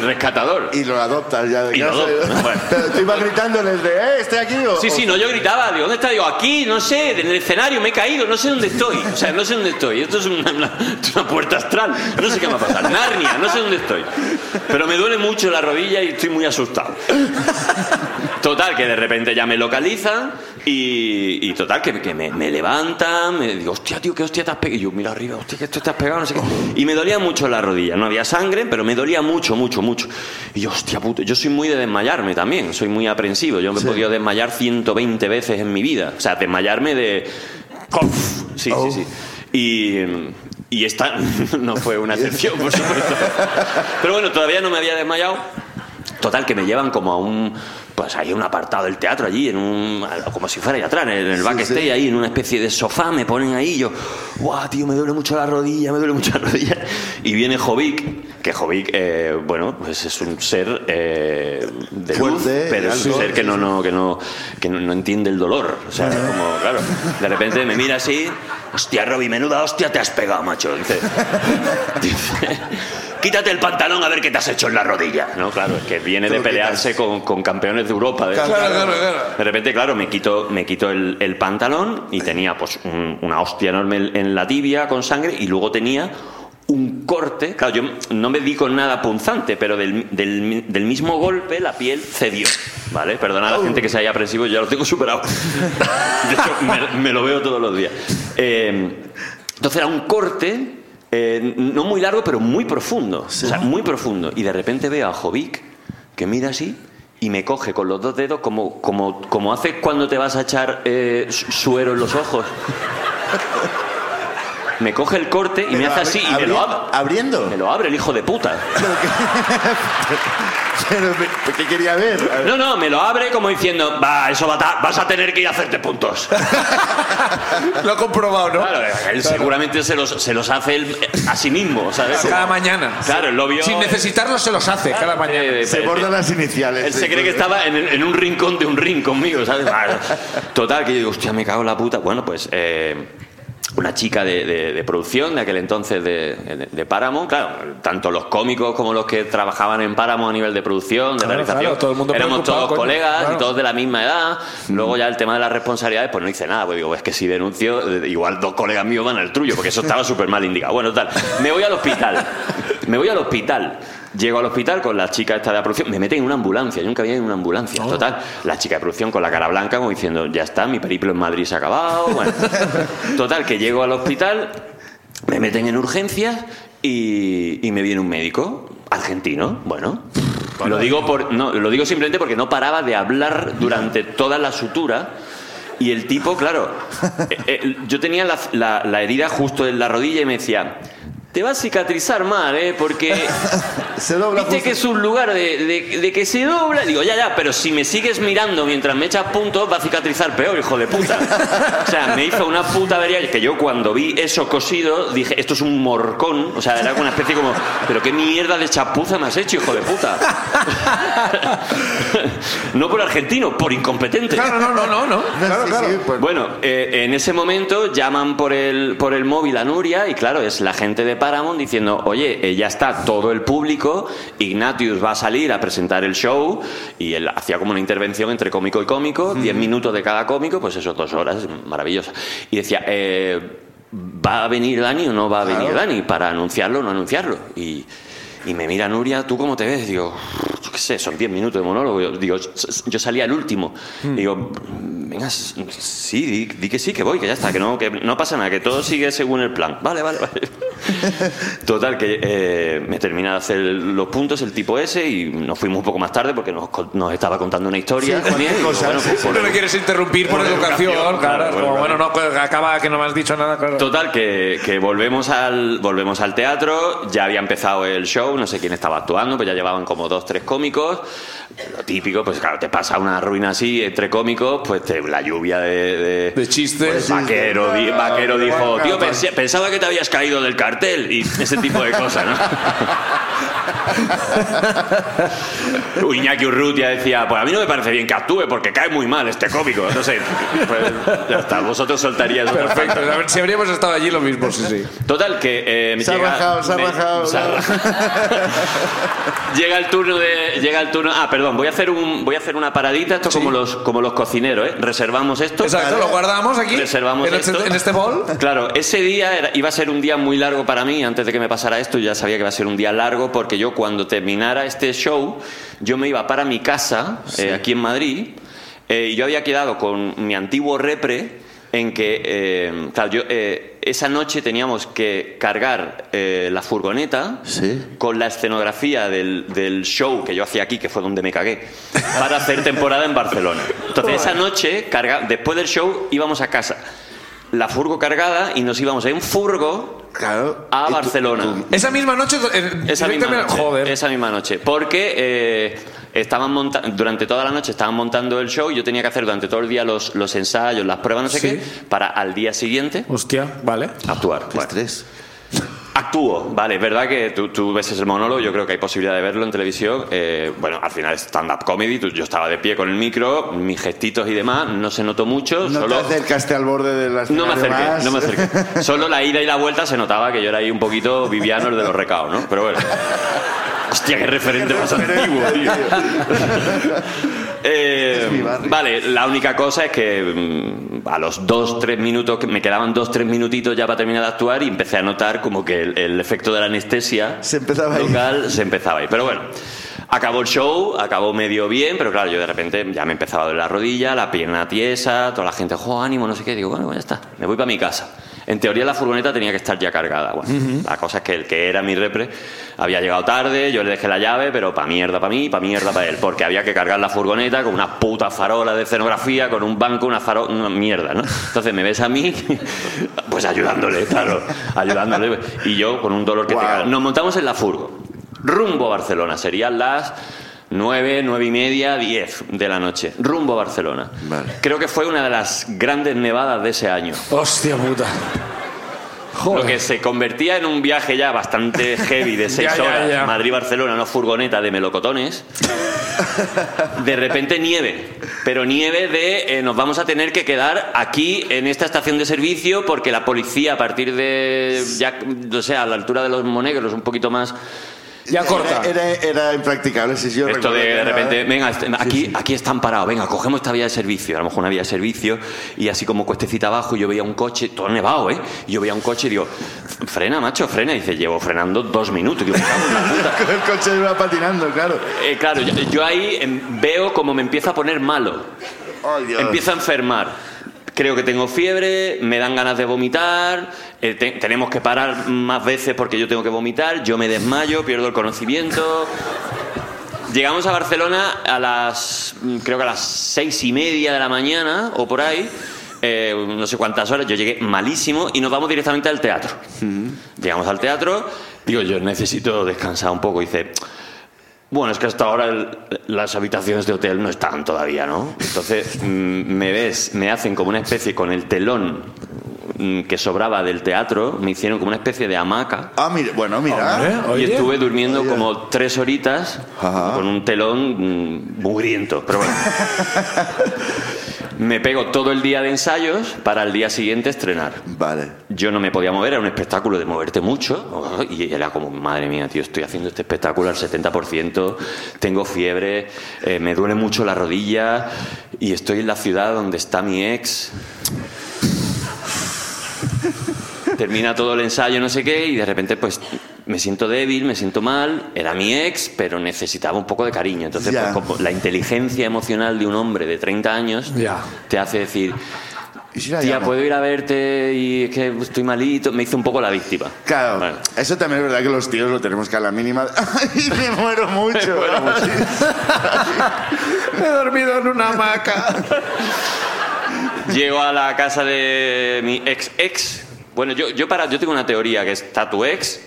rescatador. Y lo adoptas ya. Y ya lo sé. adoptas, bueno. Pero tú ibas gritándoles de, eh, estoy aquí o... Sí, sí, no, yo gritaba, digo, ¿dónde está? Digo, aquí, no sé, en el escenario, me he caído, no sé dónde estoy. O sea, no sé dónde estoy. Esto es una, una- una puerta astral. No sé qué me va a pasar. Narnia, no sé dónde estoy. Pero me duele mucho la rodilla y estoy muy asustado. Total, que de repente ya me localizan y, y total, que, que me, me levantan, me digo, hostia, tío, qué hostia te has pegado. Y yo, mira arriba, hostia, que esto te has pegado, no sé qué. Y me dolía mucho la rodilla, no había sangre, pero me dolía mucho, mucho, mucho. Y yo, hostia, puto, yo soy muy de desmayarme también, soy muy aprensivo. Yo me he podido desmayar 120 veces en mi vida. O sea, desmayarme de... ¡Cof! Sí, sí, sí. Y... Y esta <laughs> no fue una excepción, por supuesto. Pero bueno, todavía no me había desmayado. Total, que me llevan como a un. Pues hay un apartado del teatro allí, en un, como si fuera ahí atrás, en el, en el backstage, ahí, en una especie de sofá, me ponen ahí. y yo, guau, tío, me duele mucho la rodilla, me duele mucho la rodilla. Y viene Jovic, que Jovic, eh, bueno, pues es un ser eh, de luz, Fuerte, pero es un alto, ser que sí, no, sí. no, que no, que no, no entiende el dolor. O sea, es como, claro, de repente me mira así, hostia, Robbie, menuda hostia te has pegado, macho. Dice, quítate el pantalón a ver qué te has hecho en la rodilla. No, claro, es que viene de pelearse con, con campeones de Europa. De, Claro, claro, claro. De repente, claro, me quito, me quito el, el pantalón y tenía pues un- una hostia enorme en, en la tibia con sangre y luego tenía un corte. Claro, yo no me di con nada punzante, pero del, del mi- del mismo golpe la piel cedió. ¿Vale? Perdona a la gente que se haya aprensivo, yo ya lo tengo superado. De hecho, me, me lo veo todos los días. Eh, entonces era un corte, eh, no muy largo, pero muy profundo. O sea, muy profundo. Y de repente veo a Jovic que mira así y me coge con los dos dedos como, como, como haces cuando te vas a echar eh, su- suero en los ojos. Me coge el corte y me Pero hace abri- así y me lo abri- abre. ¿Abriendo? Me lo abre el hijo de puta. <laughs> Pero, me- ¿qué quería ver? A ver. No, no, me lo abre como diciendo, va, eso va a ta- vas a tener que ir a hacerte <laughs> puntos. Lo ha comprobado, ¿no? Claro, él seguramente se los, se los hace él, eh, a sí mismo, ¿sabes? Cada mañana. Claro, él lo vio. Sin necesitarlo se los hace cada mañana. Eh, Se eh, bordan las iniciales. pues, Él se cree que estaba en, el- en un rincón de un ring conmigo, ¿sabes? Bueno, Total, que yo digo, hostia, me cago en la puta. Bueno, pues eh, una chica de, de- de producción de aquel entonces de, de, de Paramount, claro, tanto los cómicos como los que trabajaban en Paramount a nivel de producción, de Claro, realización, claro, todo el mundo éramos preocupado, todos coño, colegas claro. Mm. y todos de la misma edad. Luego ya el tema de las responsabilidades, pues no hice nada, pues digo, es que si denuncio, eh, igual dos colegas míos van al tuyo, porque eso estaba súper mal indicado. Bueno, tal, me voy al hospital, me voy al hospital. Llego al hospital con la chica esta de la producción, me meten en una ambulancia, yo nunca había ido en una Oh. ambulancia, total. La chica de producción con la cara blanca como diciendo, ya está, mi periplo en Madrid se ha acabado. <laughs> Bueno, total, que llego al hospital, me meten en urgencias y, y me viene un médico argentino, bueno. Lo digo, por, no, lo digo simplemente porque no paraba de hablar durante toda la sutura. Y el tipo, claro, eh, eh, yo tenía la, la- la herida justo en la rodilla y me decía, te va a cicatrizar mal, ¿eh? Porque Se dobla viste justo. que es un lugar de, de- de que se dobla. Digo, ya, ya, pero si me sigues mirando mientras me echas puntos, va a cicatrizar peor, hijo de puta. O sea, me hizo una puta avería que yo cuando vi eso cosido dije, esto es un morcón. O sea, era una especie como, pero qué mierda de chapuza me has hecho, hijo de puta. <laughs> No por argentino, por incompetente. Claro, no, no, no, no. No, Claro, sí, claro. sí, pues- Bueno, eh, en ese momento llaman por el, por el móvil a Nuria y claro, es la gente de Paramount diciendo, oye, eh, ya está todo el público, Ignatius va a salir a presentar el show y él hacía como una intervención entre cómico y cómico, 10 minutos de cada cómico, pues eso, dos horas, maravillosa. Y decía, eh, ¿va a venir Dani o no va a venir Dani para anunciarlo o no anunciarlo? Y... Y me mira Nuria, ¿tú cómo te ves? Digo, yo qué sé, son 10 minutos de monólogo. Yo, digo, s- yo salía el último. Hmm. Digo, venga, s- sí, di, di que sí, que voy, que ya está, que no, que no pasa nada, que todo sigue según el plan. Vale, vale, <laughs> vale. Total, que eh, me termina de hacer los puntos el tipo ese y nos fuimos un poco más tarde porque nos, co- nos estaba contando una Sí, historia. cualquier también. Digo, cosa, bueno, sí, pues, sí, por- No le quieres interrumpir por, educación, claro. claro, como, bueno, bueno, no, pues, acaba que no me has dicho nada, claro. Total, que, que volvemos, al, volvemos al teatro, ya había empezado el show, no sé quién estaba actuando, pues ya llevaban como dos, tres cómicos. Lo típico, pues claro, te pasa una ruina así entre cómicos, pues te- la lluvia de... de- De chistes. pues, vaquero, di- vaquero dijo, tío, pensé- pensaba que te habías caído del cartel y ese tipo de cosas, ¿no? Iñaki Urrutia decía, pues a mí no me parece bien que actúe porque cae muy mal este cómico. No sé, pues ya está, vosotros soltaríais otra Perfecto. falta. A ver, si habríamos estado allí lo mismo, sí, sí. Total, que eh, me Se ha llega- bajado, se ha me- bajado. se ha <laughs> Llega el turno de. Llega el turno. Ah, perdón, voy a hacer un. Voy a hacer una paradita. Esto es como los, como los cocineros, ¿eh? Reservamos esto. Exacto, lo guardamos aquí. Reservamos en esto. Este, en este bol. Claro, ese día era- iba a ser un día muy largo para mí, antes de que me pasara esto, ya sabía que iba a ser un día largo, porque yo cuando terminara este show, yo me iba para mi Ah, casa, eh, aquí en Madrid, eh, y yo había quedado con mi antiguo repre en que, eh, claro, yo, eh, esa noche teníamos que cargar eh, la furgoneta con la escenografía del, del show que yo hacía aquí, que fue donde me cagué, para hacer temporada en Barcelona. Entonces esa noche, carga, después del show, íbamos a casa. La furgo cargada y nos íbamos en furgo a Barcelona. Esa misma noche. eh, Esa misma directamente- noche. Joder. Esa misma noche. Porque eh, estaban monta- durante toda la noche estaban montando el show y yo tenía que hacer durante todo el día los, los ensayos, las pruebas, no sé Sí. qué, para al día siguiente Hostia, vale. actuar. Bueno. Actúo, Pues, vale, es verdad que tú, tú ves ese monólogo, yo creo que hay posibilidad de verlo en televisión. eh, bueno, al final es stand-up comedy, tú- yo estaba de pie con el micro, mis gestitos y demás, no se notó mucho, No solo... te acercaste al borde de las No me acerqué, no me acerqué. Solo la ida y la vuelta se notaba que yo era ahí un poquito Viviano el de los recaos, ¿no? Pero bueno. Hostia, qué referente más antiguo, <laughs> tío. Eh, vale, la única cosa es que mm, a los dos, tres minutos, que me quedaban dos, tres minutitos ya para terminar de actuar y empecé a notar como que el, el efecto de la anestesia Se empezaba a ir. local se empezaba ahí. Pero bueno, acabó el show, acabó medio bien, pero claro, yo de repente ya me empezaba a doler la rodilla, la pierna tiesa, toda la gente, jo, ánimo, no sé qué. Digo, bueno, pues ya está, me voy para mi casa. En teoría la furgoneta tenía que estar ya cargada. Bueno, La cosa es que el que era mi repre había llegado tarde, yo le dejé la llave, pero pa' mierda para mí, pa' mierda para él, porque había que cargar la furgoneta con una puta farola de escenografía, con un banco, una farola, una mierda, ¿no? Entonces me ves a mí, <laughs> pues ayudándole, claro, ayudándole. Y yo con un dolor que te cagas. Nos montamos en la furgo, rumbo a Barcelona, serían las... 9, 9 y media, 10 de la noche, rumbo a Barcelona. Creo que fue una de las grandes nevadas de ese año. Hostia puta. Joder. Lo que se convertía en un viaje <laughs> ya bastante heavy de seis Ya, ya, horas, ya. Madrid-Barcelona, una furgoneta de melocotones. De repente nieve, pero nieve de eh, nos vamos a tener que quedar aquí en esta estación de servicio porque la policía a partir de, ya, o sea, a la altura de los monegros, un poquito más, Ya corta. Era, era, era impracticable, si yo esto de, recuerdo que de era- repente, venga, est- aquí, aquí están parados, venga, cogemos esta vía de servicio, a lo mejor una vía de servicio, y así como cuestecita abajo, yo veía un coche, todo nevado, ¿eh? Y yo veía un coche y digo, frena, macho, frena. Y dice, llevo frenando dos minutos. Digo, "Me cago en la puta". El coche iba patinando, claro. Eh, claro, yo, yo ahí em, veo como me empieza a poner malo. Ay, Dios. Empiezo a enfermar. Creo que tengo fiebre, me dan ganas de vomitar, eh, te- tenemos que parar más veces porque yo tengo que vomitar, yo me desmayo, pierdo el conocimiento. Llegamos a Barcelona a las, mm, creo que a las seis y media de la mañana o por ahí, eh, no sé cuántas horas, yo llegué malísimo y nos vamos directamente al teatro. Llegamos al teatro, digo yo necesito descansar un poco, dice, bueno, es que hasta ahora el- las habitaciones de hotel no están todavía, ¿no? Entonces <laughs> mm, me ves, me hacen como una especie con el telón mm, que sobraba del teatro, me hicieron como una especie de hamaca Ah, mira, bueno, mira. y Oye. estuve durmiendo como tres horitas Ajá. con un telón mm, mugriento, <laughs> pero bueno. me pego todo el día de ensayos para el día siguiente estrenar Vale. yo no me podía mover, era un espectáculo de moverte mucho. Y era como, madre mía, tío, estoy haciendo este espectáculo al 70%, tengo fiebre, eh, me duele mucho la rodilla y estoy en la ciudad donde está mi ex. Termina todo el ensayo, no sé qué, y de repente pues me siento débil, me siento mal, era mi ex, pero necesitaba un poco de cariño. Entonces, Ya. pues, como la inteligencia emocional de un hombre de 30 años Ya. te hace decir, ¿Y si la Tía, pues- llamo? puedo ir a verte y es que estoy malito. Me hizo un poco la víctima. Claro, Bueno. eso también es verdad que los tíos lo tenemos que a la mínima. <laughs> Ay, me <laughs> muero mucho. He dormido en una hamaca. Llego a la casa de mi ex ex. Bueno, yo, yo para yo tengo una teoría que está tu ex.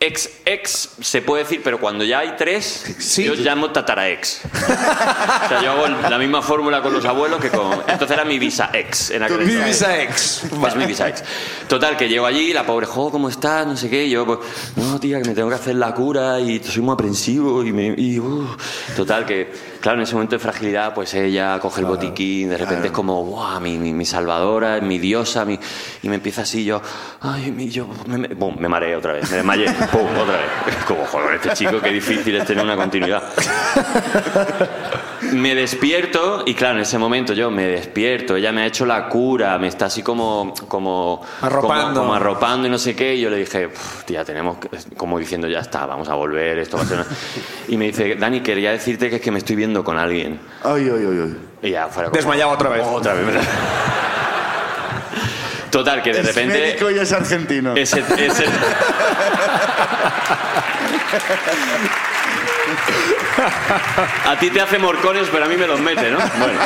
ex ex se puede decir, pero cuando ya hay tres, yo llamo tatara ex. o sea, yo hago el- la misma fórmula con los abuelos que con. Entonces era mi visa ex en aquel Tu entonces. visa ex. <laughs> Es mi visa ex. Total, que llego allí, la pobre, jo, ¿cómo estás? No sé qué. Y yo, pues, no, tía, que me tengo que hacer la cura y soy muy aprensivo y me. y, uh". Total, que, claro, en ese momento de fragilidad, pues ella coge el botiquín, de repente es como, guau, mi, mi, mi salvadora, mi diosa, mi, y me empieza así, yo, ay, mi, yo, me, me- pum, me mareé otra vez, me desmayé, <laughs> pum, otra vez. <laughs> Como, joder, este chico, qué difícil es tener una continuidad me despierto y claro, en ese momento yo me despierto, ella me ha hecho la cura, me está así como como Arropando. como, como arropando y no sé qué, y yo le dije, "Puf, tía, tenemos que-", como diciendo, ya está, vamos a volver, esto va a ser una-". Y me dice, "Dani, quería decirte que es que me estoy viendo con alguien." Ay, ay, ay, ay. Y ya fuera como- Desmayado ¿eh? otra vez. Otra vez. ¿verdad? Total que de repente Es médico y es argentino. ese, ese- A ti te hace morcones, pero a mí me los mete, ¿no? Bueno.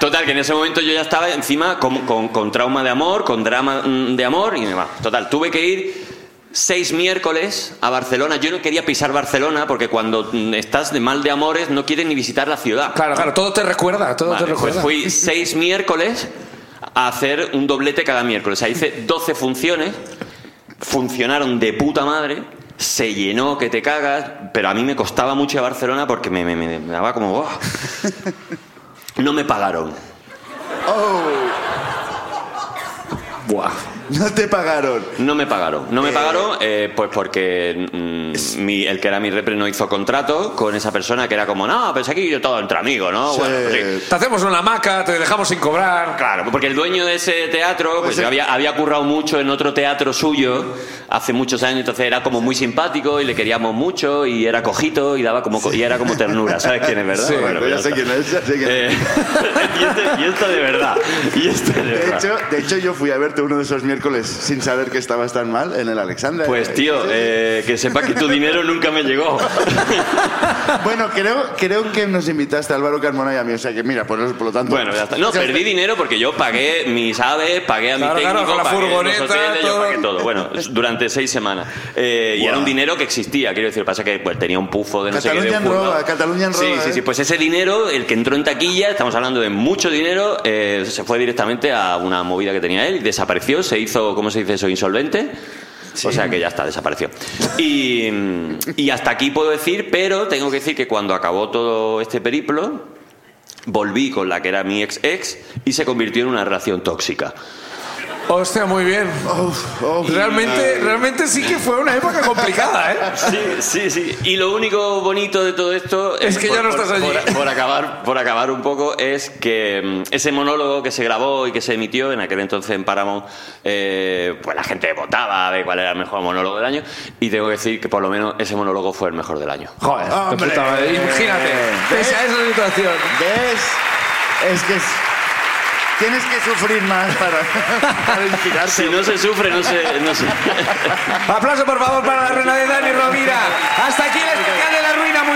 Total, que en ese momento yo ya estaba encima con, con- con trauma de amor, con drama mm, de amor y demás. Total, tuve que ir seis miércoles a Barcelona. Yo no quería pisar Barcelona porque cuando mm, estás de mal de amores no quieres ni visitar la ciudad. Claro, claro, todo te recuerda, todo te Vale, pues recuerda. <laughs> fui seis miércoles a hacer un doblete cada miércoles. O sea, hice 12 funciones, funcionaron de puta madre, se llenó que te cagas, pero a mí me costaba mucho ir a Barcelona porque me, me- me daba como... "Buah". <laughs> No me pagaron. Oh. Buah. No te pagaron. No me pagaron. No me pagaron eh, pues porque mm, mi- el que era mi repre no hizo contrato con esa persona que era como, no, pues aquí yo todo entre amigos, ¿no? Sí. Bueno, pues sí. Te hacemos una hamaca, te dejamos sin cobrar. Claro, porque el dueño de ese teatro pues, había, había currado mucho en otro teatro suyo hace muchos años, entonces era como muy simpático y le queríamos mucho y era cojito y daba como co- y era como ternura, ¿sabes quién es verdad? Sí, Bueno, pues ya ya sé está. quién es, ya sé quién es. Eh, <laughs> y, este, y este de verdad. Y este de De verdad. hecho, de hecho, yo fui a verte uno de esos miércoles sin saber que estabas tan mal en el Alexandra. Pues tío, eh, que sepa que tu dinero nunca <laughs> me llegó. Bueno, creo, creo que nos invitaste a Álvaro Carmona y a mí. O sea que mira, por, por lo tanto. Bueno, ya está. No, O sea, perdí dinero porque yo pagué mis aves, pagué a mi Claro, técnico, claro, con la pagué los furgoneta, hoteles, yo todo. pagué todo. Bueno, es- durante seis semanas. Eh, Y era un dinero que existía, quiero decir, pasa que pues, tenía un pufo de no sé qué. de Cataluña un en pulmón. roba, Cataluña en roba. Sí, sí, sí. ¿eh? Pues ese dinero, el que entró en taquilla, estamos hablando de mucho dinero, eh, se fue directamente a una movida que tenía él y desapareció. Se hizo, ¿cómo se dice eso? Insolvente. O sea que ya está, desapareció. Y, y hasta aquí puedo decir, pero tengo que decir que cuando acabó todo este periplo, volví con la que era mi ex ex y se convirtió en una relación tóxica. Hostia, muy bien. realmente, realmente sí que fue una época complicada, ¿eh? Sí, sí, sí. Y lo único bonito de todo esto Es que ya no estás allí. Por, por acabar, por acabar un poco es que mm, ese monólogo que se grabó y que se emitió en aquel entonces en Paramount, eh, pues la gente votaba a ver cuál era el mejor monólogo del año y tengo que decir que por lo menos ese monólogo fue el mejor del año. Joder, de Hombre. puta madre. Imagínate, pese a esa situación. ¿Ves? Es que es- tienes que sufrir más para, <laughs> para inspirarte. Si no se sufre, no se, no se- Aplauso, por favor, para la ruina de Dani Rovira. Hasta aquí el especial de la ruina. este